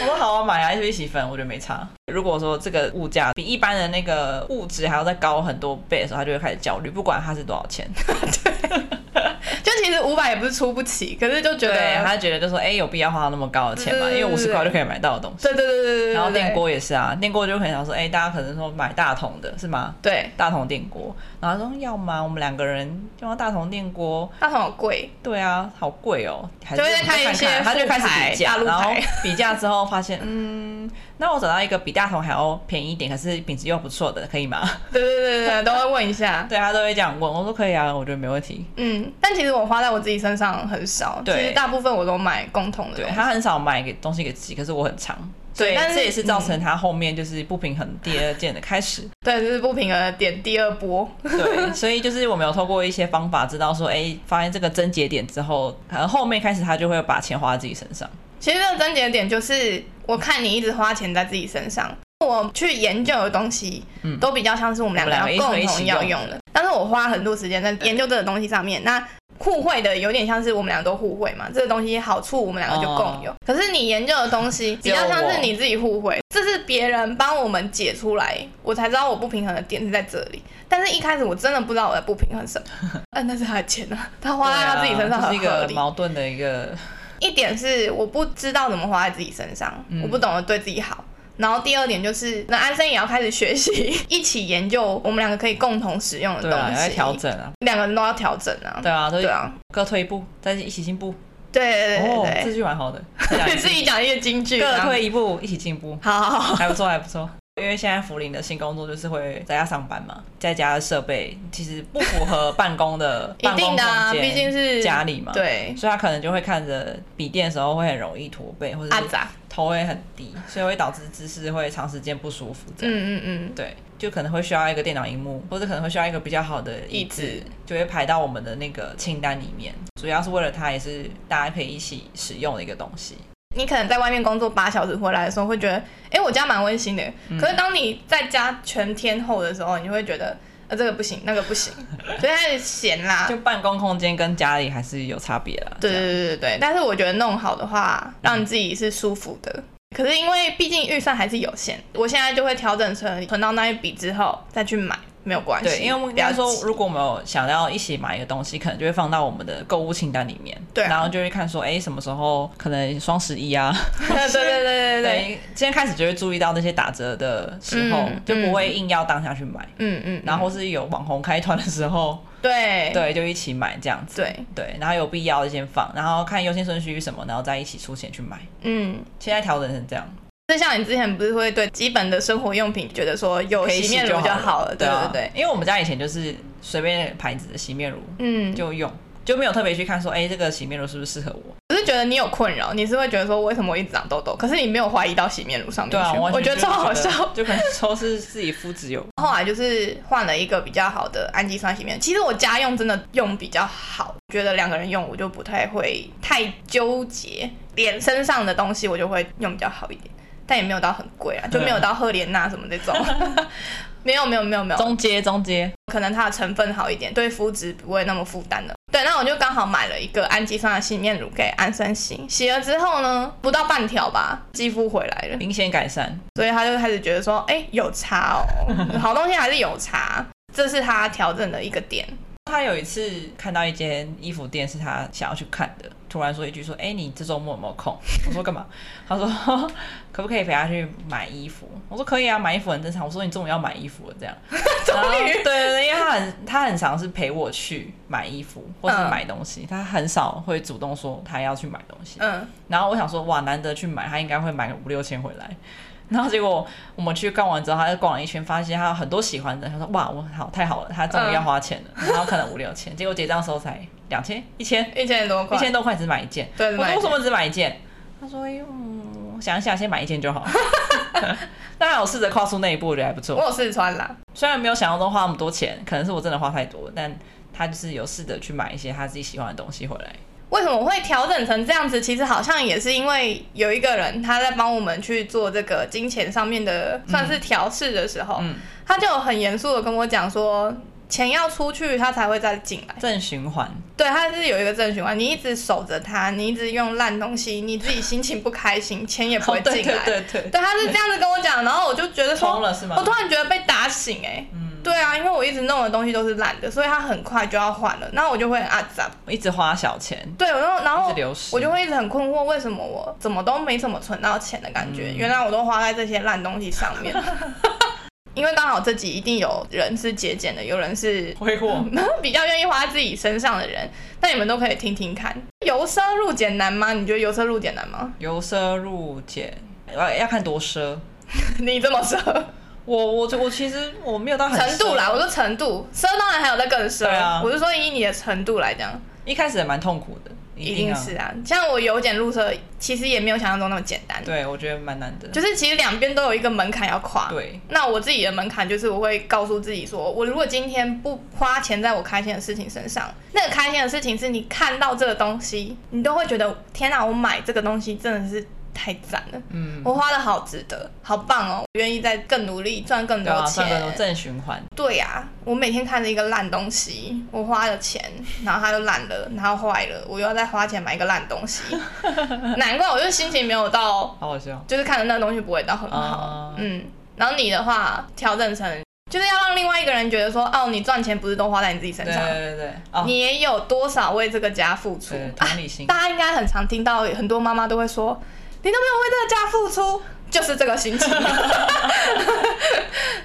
[SPEAKER 2] 我说好啊，买啊，就一起分，我觉得没差。如果说这个物价比一般的那个物质还要再高很多倍的时候，他就会开始焦虑，不管它是多少钱，
[SPEAKER 1] 就其实五百也不是出不起，可是就觉得，
[SPEAKER 2] 对，他觉得就说哎、有必要花那么高的钱吗？因
[SPEAKER 1] 对对对
[SPEAKER 2] 为五十
[SPEAKER 1] 对
[SPEAKER 2] 块就可以买到的东西。
[SPEAKER 1] 对对对对对对，
[SPEAKER 2] 然后
[SPEAKER 1] 对
[SPEAKER 2] 电，锅也是啊，电锅就很想说，哎、大家可能说买大桶的是吗？
[SPEAKER 1] 对，
[SPEAKER 2] 大同电锅，然后他说要吗？我们两个人用到大同电锅，
[SPEAKER 1] 它很贵，
[SPEAKER 2] 对啊，好贵哦，还是
[SPEAKER 1] 就会
[SPEAKER 2] 我们
[SPEAKER 1] 开一
[SPEAKER 2] 看
[SPEAKER 1] 些
[SPEAKER 2] 看他就
[SPEAKER 1] 副
[SPEAKER 2] 开始
[SPEAKER 1] 牌
[SPEAKER 2] 比价，
[SPEAKER 1] 大陆
[SPEAKER 2] 然后
[SPEAKER 1] 牌
[SPEAKER 2] 比价之后发 现，嗯，那我找到一个比大同还要便宜一点，可是品质又不错的，可以吗？
[SPEAKER 1] 对对对对对，都会问一下。
[SPEAKER 2] 对他都会这样问，我说可以啊，我觉得没问题。
[SPEAKER 1] 嗯，但其实我花在我自己身上很少，其
[SPEAKER 2] 对
[SPEAKER 1] 实大部分我都买共同的
[SPEAKER 2] 对
[SPEAKER 1] 东西。
[SPEAKER 2] 他很少买给东西给自己，可是我很常，所以
[SPEAKER 1] 对但是嗯
[SPEAKER 2] 这也是造成他后面就是不平衡第二件的开始。
[SPEAKER 1] 对，就是不平衡的点第二波，
[SPEAKER 2] 对，所以就是我们有透过一些方法知道说，哎、发现这个症结点之后，可能后面开始他就会把钱花在自己身上。
[SPEAKER 1] 其实这个症结点就是，我看你一直花钱在自己身上，我去研究的东西，
[SPEAKER 2] 嗯
[SPEAKER 1] 都比较像是我们两个
[SPEAKER 2] 我们
[SPEAKER 1] 要
[SPEAKER 2] 两个
[SPEAKER 1] 共
[SPEAKER 2] 一起
[SPEAKER 1] 同要
[SPEAKER 2] 用
[SPEAKER 1] 用的。但是我花很多时间在研究这个东西上面，那互惠的有点像是我们俩都互惠嘛，这个东西好处我们两个就共有。可是你研究的东西比
[SPEAKER 2] 哦只
[SPEAKER 1] 较
[SPEAKER 2] 有
[SPEAKER 1] 像是
[SPEAKER 2] 我
[SPEAKER 1] 你自己互惠，这是别人帮我们解出来，我才知道我不平衡的点是在这里。但是一开始我真的不知道我的不平衡是什么， 嗯，那是他的钱啊，他花在他自己身上
[SPEAKER 2] 对啊
[SPEAKER 1] 很
[SPEAKER 2] 这是一
[SPEAKER 1] 合
[SPEAKER 2] 个
[SPEAKER 1] 理。
[SPEAKER 2] 矛盾的一个，
[SPEAKER 1] 一点是我不知道怎么花在自己身上，
[SPEAKER 2] 嗯
[SPEAKER 1] 我不懂得对自己好。然后第二点就是，那安生也要开始学习， 一起研究我们两个可以共同使用的
[SPEAKER 2] 对啊，
[SPEAKER 1] 东
[SPEAKER 2] 要
[SPEAKER 1] 西，
[SPEAKER 2] 调，整啊，
[SPEAKER 1] 两个人都要调整啊。
[SPEAKER 2] 对啊，都
[SPEAKER 1] 对啊，
[SPEAKER 2] 各退一步，再一起进步。
[SPEAKER 1] 对对对
[SPEAKER 2] 哦，
[SPEAKER 1] 对
[SPEAKER 2] 这句 蛮好的，
[SPEAKER 1] 对，自己讲一些京剧，啊
[SPEAKER 2] 各退一步，一起进步，
[SPEAKER 1] 好好好，
[SPEAKER 2] 还不错，还不错。因为现在福林的新工作就是会在家上班嘛，在家的设备其实不符合办公的
[SPEAKER 1] 一定的啊，
[SPEAKER 2] 办公空间
[SPEAKER 1] 毕竟是
[SPEAKER 2] 家里嘛，，
[SPEAKER 1] 对
[SPEAKER 2] 所以他可能就会看着笔电的时候会很容易驼背，或者
[SPEAKER 1] 阿
[SPEAKER 2] 是
[SPEAKER 1] 杂，
[SPEAKER 2] 头会很低，所以会导致姿势会长时间不舒服这样。
[SPEAKER 1] 嗯嗯嗯，
[SPEAKER 2] 对，就可能会需要一个电脑荧幕，或者可能会需要一个比较好的椅子，
[SPEAKER 1] 椅子
[SPEAKER 2] 就会排到我们的那个清单里面。主要是为了它，也是大家可以一起使用的一个东西。
[SPEAKER 1] 你可能在外面工作八小时回来的时候，会觉得，哎，我家蛮温馨的。
[SPEAKER 2] 嗯
[SPEAKER 1] 可是当你在家全天候的时候，你会觉得，呃，这个不行，那个不 行，所以开始闲啦，
[SPEAKER 2] 就办公空间跟家里还是有差别啦。
[SPEAKER 1] 对
[SPEAKER 2] 这
[SPEAKER 1] 对
[SPEAKER 2] 样，
[SPEAKER 1] 对对对，但是我觉得弄好的话，让你自己是舒服的。可是因为毕竟预算还是有限，我现在就会调整成存到那一笔之后再去买，没有关系。
[SPEAKER 2] 对，因为我们
[SPEAKER 1] 不要
[SPEAKER 2] 刚说
[SPEAKER 1] 急，
[SPEAKER 2] 如果我们有想要一起买一个东西，可能就会放到我们的购物清单里面。
[SPEAKER 1] 对啊
[SPEAKER 2] 然后就会看说，哎，什么时候可能双十一啊？
[SPEAKER 1] 对对对对对对，
[SPEAKER 2] 对，今天开始就会注意到那些打折的时候，
[SPEAKER 1] 嗯
[SPEAKER 2] 就不会硬要当下去买。
[SPEAKER 1] 嗯嗯，
[SPEAKER 2] 然后是有网红开团的时候，
[SPEAKER 1] 对
[SPEAKER 2] 对，就一起买这样子。
[SPEAKER 1] 对，
[SPEAKER 2] 对，然后有必要就先放，然后看优先顺序是什么，然后再一起出钱去买。
[SPEAKER 1] 嗯。
[SPEAKER 2] 现在调整成这样，
[SPEAKER 1] 就像你之前不是会对基本的生活用品觉得说有
[SPEAKER 2] 可以
[SPEAKER 1] 洗面
[SPEAKER 2] 洗
[SPEAKER 1] 乳就
[SPEAKER 2] 好
[SPEAKER 1] 好
[SPEAKER 2] 了。
[SPEAKER 1] 了，对
[SPEAKER 2] 啊
[SPEAKER 1] 对对，
[SPEAKER 2] 因为我们家以前就是随便牌子的洗面乳
[SPEAKER 1] 嗯，
[SPEAKER 2] 就用，就没有特别去看说，哎、这个洗面乳是不是适合我？
[SPEAKER 1] 我是觉得你有困扰，你是会觉得说为什么我一直长痘痘，可是你没有怀疑到洗面乳上面
[SPEAKER 2] 对啊，
[SPEAKER 1] 去，
[SPEAKER 2] 完
[SPEAKER 1] 我
[SPEAKER 2] 全
[SPEAKER 1] 觉得
[SPEAKER 2] 就
[SPEAKER 1] 超好笑，
[SPEAKER 2] 就可能说是自己肤 质有，
[SPEAKER 1] 后来就是换了一个比较好的氨基酸洗面乳，其实我家用真的用比较好，觉得两个人用我就不太会太纠结，脸身上的东西我就会用比较好一点，但也没有到很贵啊，就没有到赫莲娜什么这种，没有没有没有没有，
[SPEAKER 2] 中阶中阶，
[SPEAKER 1] 可能它的成分好一点，对肤质不会那么负担的。对，那我就刚好买了一个氨基酸的洗面乳给安生洗，洗了之后呢，不到半条吧，肌肤回来了。
[SPEAKER 2] 明显改善。
[SPEAKER 1] 所以他就开始觉得说，哎、有差哦，好东西还是有差，这是他调整的一个点。
[SPEAKER 2] 他有一次看到一间衣服店是他想要去看的，突然说一句说：“哎、你这周末有没有空？” 我说：“干嘛？”他说：“ 可不可以陪他去买衣服？”我说：“可以啊，买衣服很正常。”我说：“你中午要买衣服了 这样。”终于哦对对 对，因为他很他很常是陪我去买衣服或是
[SPEAKER 1] 嗯
[SPEAKER 2] 买东西，他很少会主动说他要去买东西。
[SPEAKER 1] 嗯，
[SPEAKER 2] 然后我想说，哇，难得去买，他应该会买个五六千回来。 然后结果我们去逛完之后，他就逛了一圈，发现他有很多喜欢的。他说：“哇，我好太好了，他终于要花钱了。
[SPEAKER 1] 嗯
[SPEAKER 2] 然后可能五六千，结果结账的时候才两千、一千、
[SPEAKER 1] 一千多块，
[SPEAKER 2] 一千多块，只买一件。
[SPEAKER 1] 对
[SPEAKER 2] 我
[SPEAKER 1] 只买
[SPEAKER 2] 说：“
[SPEAKER 1] 一
[SPEAKER 2] 为
[SPEAKER 1] 件
[SPEAKER 2] 什么只买一件？”他说：“哎呦，我想一想，先买一件就好。” 当然，我试着跨出那一步，我觉得还不
[SPEAKER 1] 我
[SPEAKER 2] 错。
[SPEAKER 1] 有试穿啦。
[SPEAKER 2] 虽然没有想象中花那么多钱，可能是我真的花太多，但他就是有试着去买一些他自己喜欢的东西回来。
[SPEAKER 1] 为什么我会调整成这样子？其实好像也是因为有一个人他在帮我们去做这个金钱上面的算是调试的时候，
[SPEAKER 2] 嗯
[SPEAKER 1] 他就很严肃的跟我讲说，钱要出去，他才会再进来。
[SPEAKER 2] 正循环，
[SPEAKER 1] 对，它是有一个正循环，你一直守着它，你一直用烂东西，你自己心情不开心，钱也不 会进来。
[SPEAKER 2] 哦对对对对，
[SPEAKER 1] 对，他是这样子跟我讲，然后我就觉得说
[SPEAKER 2] 疯，了是吗
[SPEAKER 1] 我？突然觉得被打醒哎、
[SPEAKER 2] 嗯
[SPEAKER 1] 对啊，因为我一直弄的东西都是烂的，所以他很快就要换了，那我就会很阿杂。
[SPEAKER 2] 一直花小钱，
[SPEAKER 1] 对，然后然
[SPEAKER 2] 一
[SPEAKER 1] 后
[SPEAKER 2] 直流失
[SPEAKER 1] 我就会一直很困惑，为什么我怎么都没怎么存到钱的感觉？
[SPEAKER 2] 嗯
[SPEAKER 1] 原来我都花在这些烂东西上 面。因为刚好这集一定有人是节俭的，有人是
[SPEAKER 2] 挥霍。
[SPEAKER 1] 比较愿意花在自己身上的人，那你们都可以听听看。由奢入俭难吗？你觉得由奢入俭难吗？
[SPEAKER 2] 由奢入俭，要要看多奢。
[SPEAKER 1] 你这么奢，
[SPEAKER 2] 我我我其实我没有到很奢
[SPEAKER 1] 程度啦，，我说程度，奢当然还有在更奢。
[SPEAKER 2] 啊对啊
[SPEAKER 1] 我是说以你的程度来讲，
[SPEAKER 2] 一开始也蛮痛苦的，
[SPEAKER 1] 一
[SPEAKER 2] 一
[SPEAKER 1] 定
[SPEAKER 2] 定啊
[SPEAKER 1] 是啊。像我由俭入奢，其实也没有想象中那么简单，
[SPEAKER 2] 对，我觉得蛮难的。
[SPEAKER 1] 就是其实两边都有一个门槛要跨。
[SPEAKER 2] 对，
[SPEAKER 1] 那我自己的门槛就是，我会告诉自己说，我如果今天不花钱在我开心的事情身上，那个开心的事情是你看到这个东西，你都会觉得天啊哪，我买这个东西真的是太赞了，
[SPEAKER 2] 嗯，
[SPEAKER 1] 我花的好值得，好棒哦，我愿意再更努力赚更
[SPEAKER 2] 对
[SPEAKER 1] 多
[SPEAKER 2] 啊，
[SPEAKER 1] 钱
[SPEAKER 2] 算。个正循环。
[SPEAKER 1] 对呀、我每天看着一个烂东西，我花了钱，然后它就烂了，然后坏了，我又要再花钱买一个烂东 西，难怪我就心情没有到
[SPEAKER 2] 好好笑。
[SPEAKER 1] 就是看的那个东西不会到很好。
[SPEAKER 2] 啊
[SPEAKER 1] 嗯，然后你的话调整成，就是要让另外一个人觉得说，哦，你赚钱不是都花在你自己身
[SPEAKER 2] 对
[SPEAKER 1] 上，
[SPEAKER 2] 对对对，哦，
[SPEAKER 1] 你也有多少为这个家付出
[SPEAKER 2] 对
[SPEAKER 1] 啊
[SPEAKER 2] 同理心
[SPEAKER 1] 大家应该很常听到，很多妈妈都会说，你都没有为这个家付出。就是这个心 情， 啊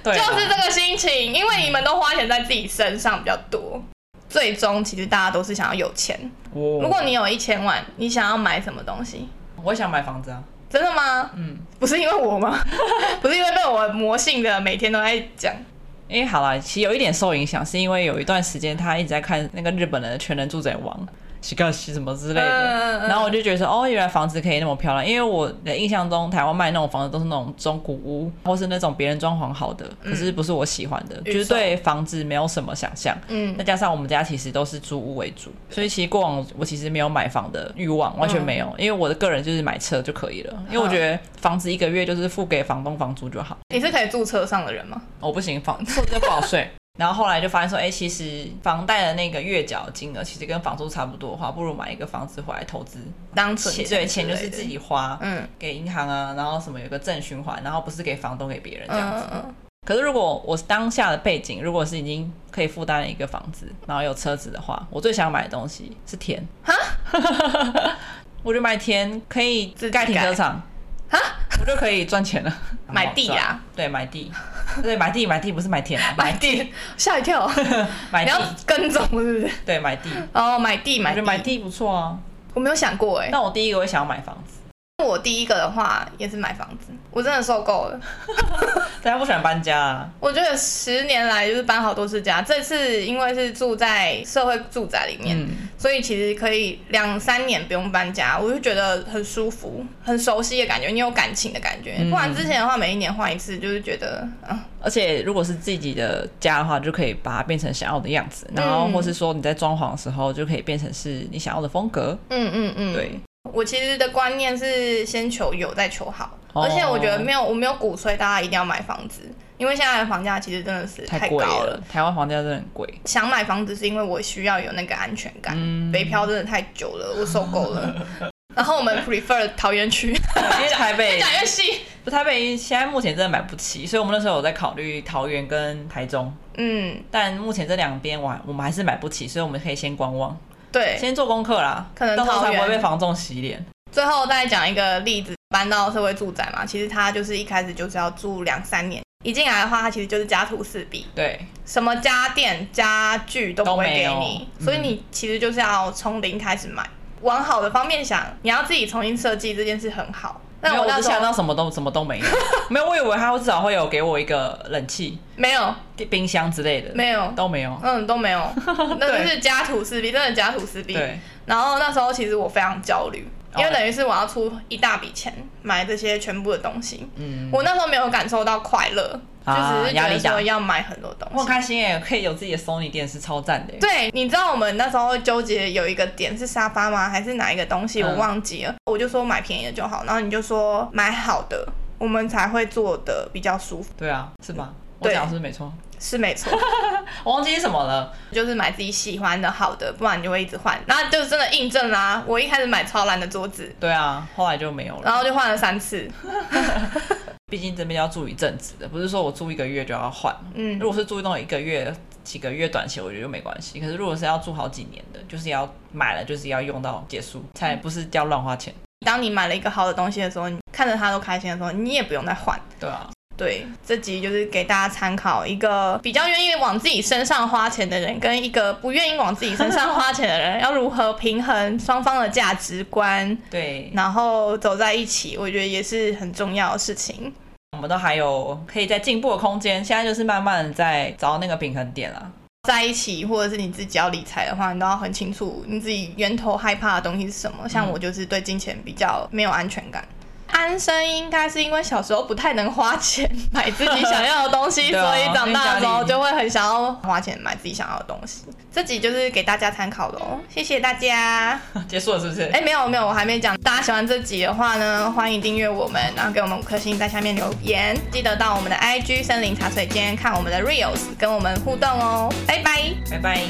[SPEAKER 2] 对啊，
[SPEAKER 1] 就是这个心情，因为你们都花钱在自己身上比较多，最终其实大家都是想要有钱。
[SPEAKER 2] 我
[SPEAKER 1] 如果你有一千万，你想要买什么东西？
[SPEAKER 2] 我想买房子啊，
[SPEAKER 1] 真的吗？
[SPEAKER 2] 嗯，
[SPEAKER 1] 不是因为我吗？ 不是因为被我魔性的每天都在讲，
[SPEAKER 2] 因为好啦，其实有一点受影响，是因为有一段时间他一直在看那个日本的《全能住宅王》。西高西什么之类的
[SPEAKER 1] 嗯嗯，嗯
[SPEAKER 2] 然后我就觉得说，哦，原来房子可以那么漂亮，因为我的印象中台湾卖那种房子都是那种中古屋，或是那种别人装潢好的，可是不是我喜欢的，就是对房子没有什么想象。
[SPEAKER 1] 嗯
[SPEAKER 2] 再加上我们家其实都是租屋为主，所以其实过往我其实没有买房的欲望，完全没有，因为我的个人就是买车就可以了，因为我觉得房子一个月就是付给房东房租就好，
[SPEAKER 1] 你是可以住车上的人吗？
[SPEAKER 2] 我不行，房 车就不好睡。然后后来就发现说，哎、其实房贷的那个月缴金额其实跟房租差不多的话，不如买一个房子回来投资，
[SPEAKER 1] 当存
[SPEAKER 2] 钱
[SPEAKER 1] 钱
[SPEAKER 2] 对钱就
[SPEAKER 1] 之
[SPEAKER 2] 是
[SPEAKER 1] 类的
[SPEAKER 2] 自己花，
[SPEAKER 1] 嗯
[SPEAKER 2] 给银行啊，然后什么有个正循环，然后不是给房东给别人这样子。
[SPEAKER 1] 嗯嗯
[SPEAKER 2] 可是如果我当下的背景，如果是已经可以负担一个房子，然后有车子的话，我最想买的东西是田。我就买田，可以
[SPEAKER 1] 自己
[SPEAKER 2] 盖停车场，
[SPEAKER 1] 啊，
[SPEAKER 2] 我就可以赚钱了。
[SPEAKER 1] 买地啊
[SPEAKER 2] 对，买地，对，买地，买地不是买 田啊，
[SPEAKER 1] 买地吓一跳，
[SPEAKER 2] 买
[SPEAKER 1] 你要
[SPEAKER 2] 地，
[SPEAKER 1] 跟踪是不是？
[SPEAKER 2] 对，买地，
[SPEAKER 1] 哦，买地
[SPEAKER 2] 我
[SPEAKER 1] 买地
[SPEAKER 2] 觉得买地不错啊。
[SPEAKER 1] 我没有想过哎、
[SPEAKER 2] 但我第一个会想要买房子，
[SPEAKER 1] 我第一个的话也是买房子，我真的受够了。
[SPEAKER 2] 大家不喜欢搬家啊，
[SPEAKER 1] 我觉得十年来就是搬好多次家，这次因为是住在社会住宅里面，
[SPEAKER 2] 嗯
[SPEAKER 1] 所以其实可以两三年不用搬家，我就觉得很舒服、很熟悉的感觉，你有感情的感觉。
[SPEAKER 2] 嗯
[SPEAKER 1] 不然之前的话，每一年换一次，就是觉得啊，
[SPEAKER 2] 而且如果是自己的家的话，就可以把它变成想要的样
[SPEAKER 1] 嗯
[SPEAKER 2] 子，然后或是说你在装潢的时候就可以变成是你想要的风格。
[SPEAKER 1] 嗯嗯嗯，
[SPEAKER 2] 对，
[SPEAKER 1] 我其实的观念是先求有，再求好，
[SPEAKER 2] 哦
[SPEAKER 1] 而且我觉得没有，我没有鼓吹大家一定要买房子，因为现在的房价其实真的是
[SPEAKER 2] 太
[SPEAKER 1] 高
[SPEAKER 2] 贵了，台湾房价真的很 贵。
[SPEAKER 1] 想买房子是因为我需要有那个安全感，
[SPEAKER 2] 嗯
[SPEAKER 1] 北漂真的太久了，我受够了。然后我们 prefer 桃园 区，
[SPEAKER 2] 因为台 北
[SPEAKER 1] 越，讲越细，
[SPEAKER 2] 不台北现在目前真的买不起，所以我们那时候有在考虑桃园跟台中，
[SPEAKER 1] 嗯，
[SPEAKER 2] 但目前这两边我还我们还是买不起，所以我们可以先观望，
[SPEAKER 1] 对，
[SPEAKER 2] 先做功课啦，
[SPEAKER 1] 可能
[SPEAKER 2] 到时候
[SPEAKER 1] 桃
[SPEAKER 2] 才
[SPEAKER 1] 园
[SPEAKER 2] 不会被房仲洗脸。
[SPEAKER 1] 最后再讲一个例子，搬到社会住宅嘛，其实他就是一开始就是要住两三年，一进来的话，他其实就是家徒四壁，
[SPEAKER 2] 对，
[SPEAKER 1] 什么家电、家具都不会给
[SPEAKER 2] 都没
[SPEAKER 1] 你
[SPEAKER 2] 有，嗯
[SPEAKER 1] 所以你其实就是要从零开始买。往好的方面想，你要自己重新设计这件事很好。但
[SPEAKER 2] 没有
[SPEAKER 1] 我
[SPEAKER 2] 我
[SPEAKER 1] 那
[SPEAKER 2] 只
[SPEAKER 1] 时
[SPEAKER 2] 想
[SPEAKER 1] 候
[SPEAKER 2] 到什么都什么都没 有，没有，我以为他至少会有给我一个冷气、
[SPEAKER 1] 没有，
[SPEAKER 2] 冰箱之类的，
[SPEAKER 1] 没有
[SPEAKER 2] 都没有。
[SPEAKER 1] 嗯，都没有， 那就是家徒四壁，真的家徒四壁。
[SPEAKER 2] 对，
[SPEAKER 1] 然后那时候其实我非常焦虑，因为
[SPEAKER 2] 哦
[SPEAKER 1] 等于是我要出一大笔钱买这些全部的东西。
[SPEAKER 2] 嗯。
[SPEAKER 1] 我那时候没有感受到快乐，就
[SPEAKER 2] 啊
[SPEAKER 1] 只是觉
[SPEAKER 2] 压
[SPEAKER 1] 得
[SPEAKER 2] 力大
[SPEAKER 1] 说要买很多东
[SPEAKER 2] 我很
[SPEAKER 1] 西。
[SPEAKER 2] 开心耶，可以有自己的 Sony 电视，超赞的耶。
[SPEAKER 1] 对，你知道我们那时候纠结有一个点是沙发吗？还是哪一个东西？
[SPEAKER 2] 嗯
[SPEAKER 1] 我忘记了。我就说买便宜的就好，然后你就说买好的，我们才会坐的比较舒服，
[SPEAKER 2] 对啊，是吧？我
[SPEAKER 1] 对
[SPEAKER 2] 讲的是不是没错，
[SPEAKER 1] 是没错。
[SPEAKER 2] 我忘记是什么了。
[SPEAKER 1] 就是买自己喜欢的好的，不然你就会一直换。然后就真的印证啦、我一开始买超烂的桌子，
[SPEAKER 2] 对啊，后来就没有了。
[SPEAKER 1] 然后就换了三次。
[SPEAKER 2] 毕竟这边要住一阵子的，不是说我住一个月就要换。
[SPEAKER 1] 嗯
[SPEAKER 2] 如果是住那种一个月、几个月短期，我觉得就没关系。可是如果是要住好几年的，就是要买了就是要用到结束，才不是叫乱花钱。
[SPEAKER 1] 当你买了一个好的东西的时候，你看着它都开心的时候，你也不用再换。
[SPEAKER 2] 对啊，
[SPEAKER 1] 对，这集就是给大家参考一个比较愿意往自己身上花钱的人，跟一个不愿意往自己身上花钱的人，要如何平衡双方的价值观，
[SPEAKER 2] 对，
[SPEAKER 1] 然后走在一起，我觉得也是很重要的事情。
[SPEAKER 2] 我们都还有可以在进步的空间，现在就是慢慢在找那个平衡点啦。
[SPEAKER 1] 在一起，或者是你自己要理财的话，你都要很清楚你自己源头害怕的东西是什么。
[SPEAKER 2] 嗯
[SPEAKER 1] 像我就是对金钱比较没有安全感。安生应该是因为小时候不太能花钱买自己想要的东 西，
[SPEAKER 2] 对啊
[SPEAKER 1] 所以长大的时
[SPEAKER 2] 在家
[SPEAKER 1] 候
[SPEAKER 2] 里
[SPEAKER 1] 就会很想要花钱买自己想要的东西。这集就是给大家参考的哦，
[SPEAKER 2] 嗯
[SPEAKER 1] 谢谢大家。
[SPEAKER 2] 结束了是不是？
[SPEAKER 1] 哎、没有没有，我还没讲。大家喜欢这集的话呢，欢迎订阅我们，然后给我们五颗星，在下面留言。记得到我们的 IG 森林茶水间看我们的 Reels，跟我们互动哦。拜拜。
[SPEAKER 2] 拜拜。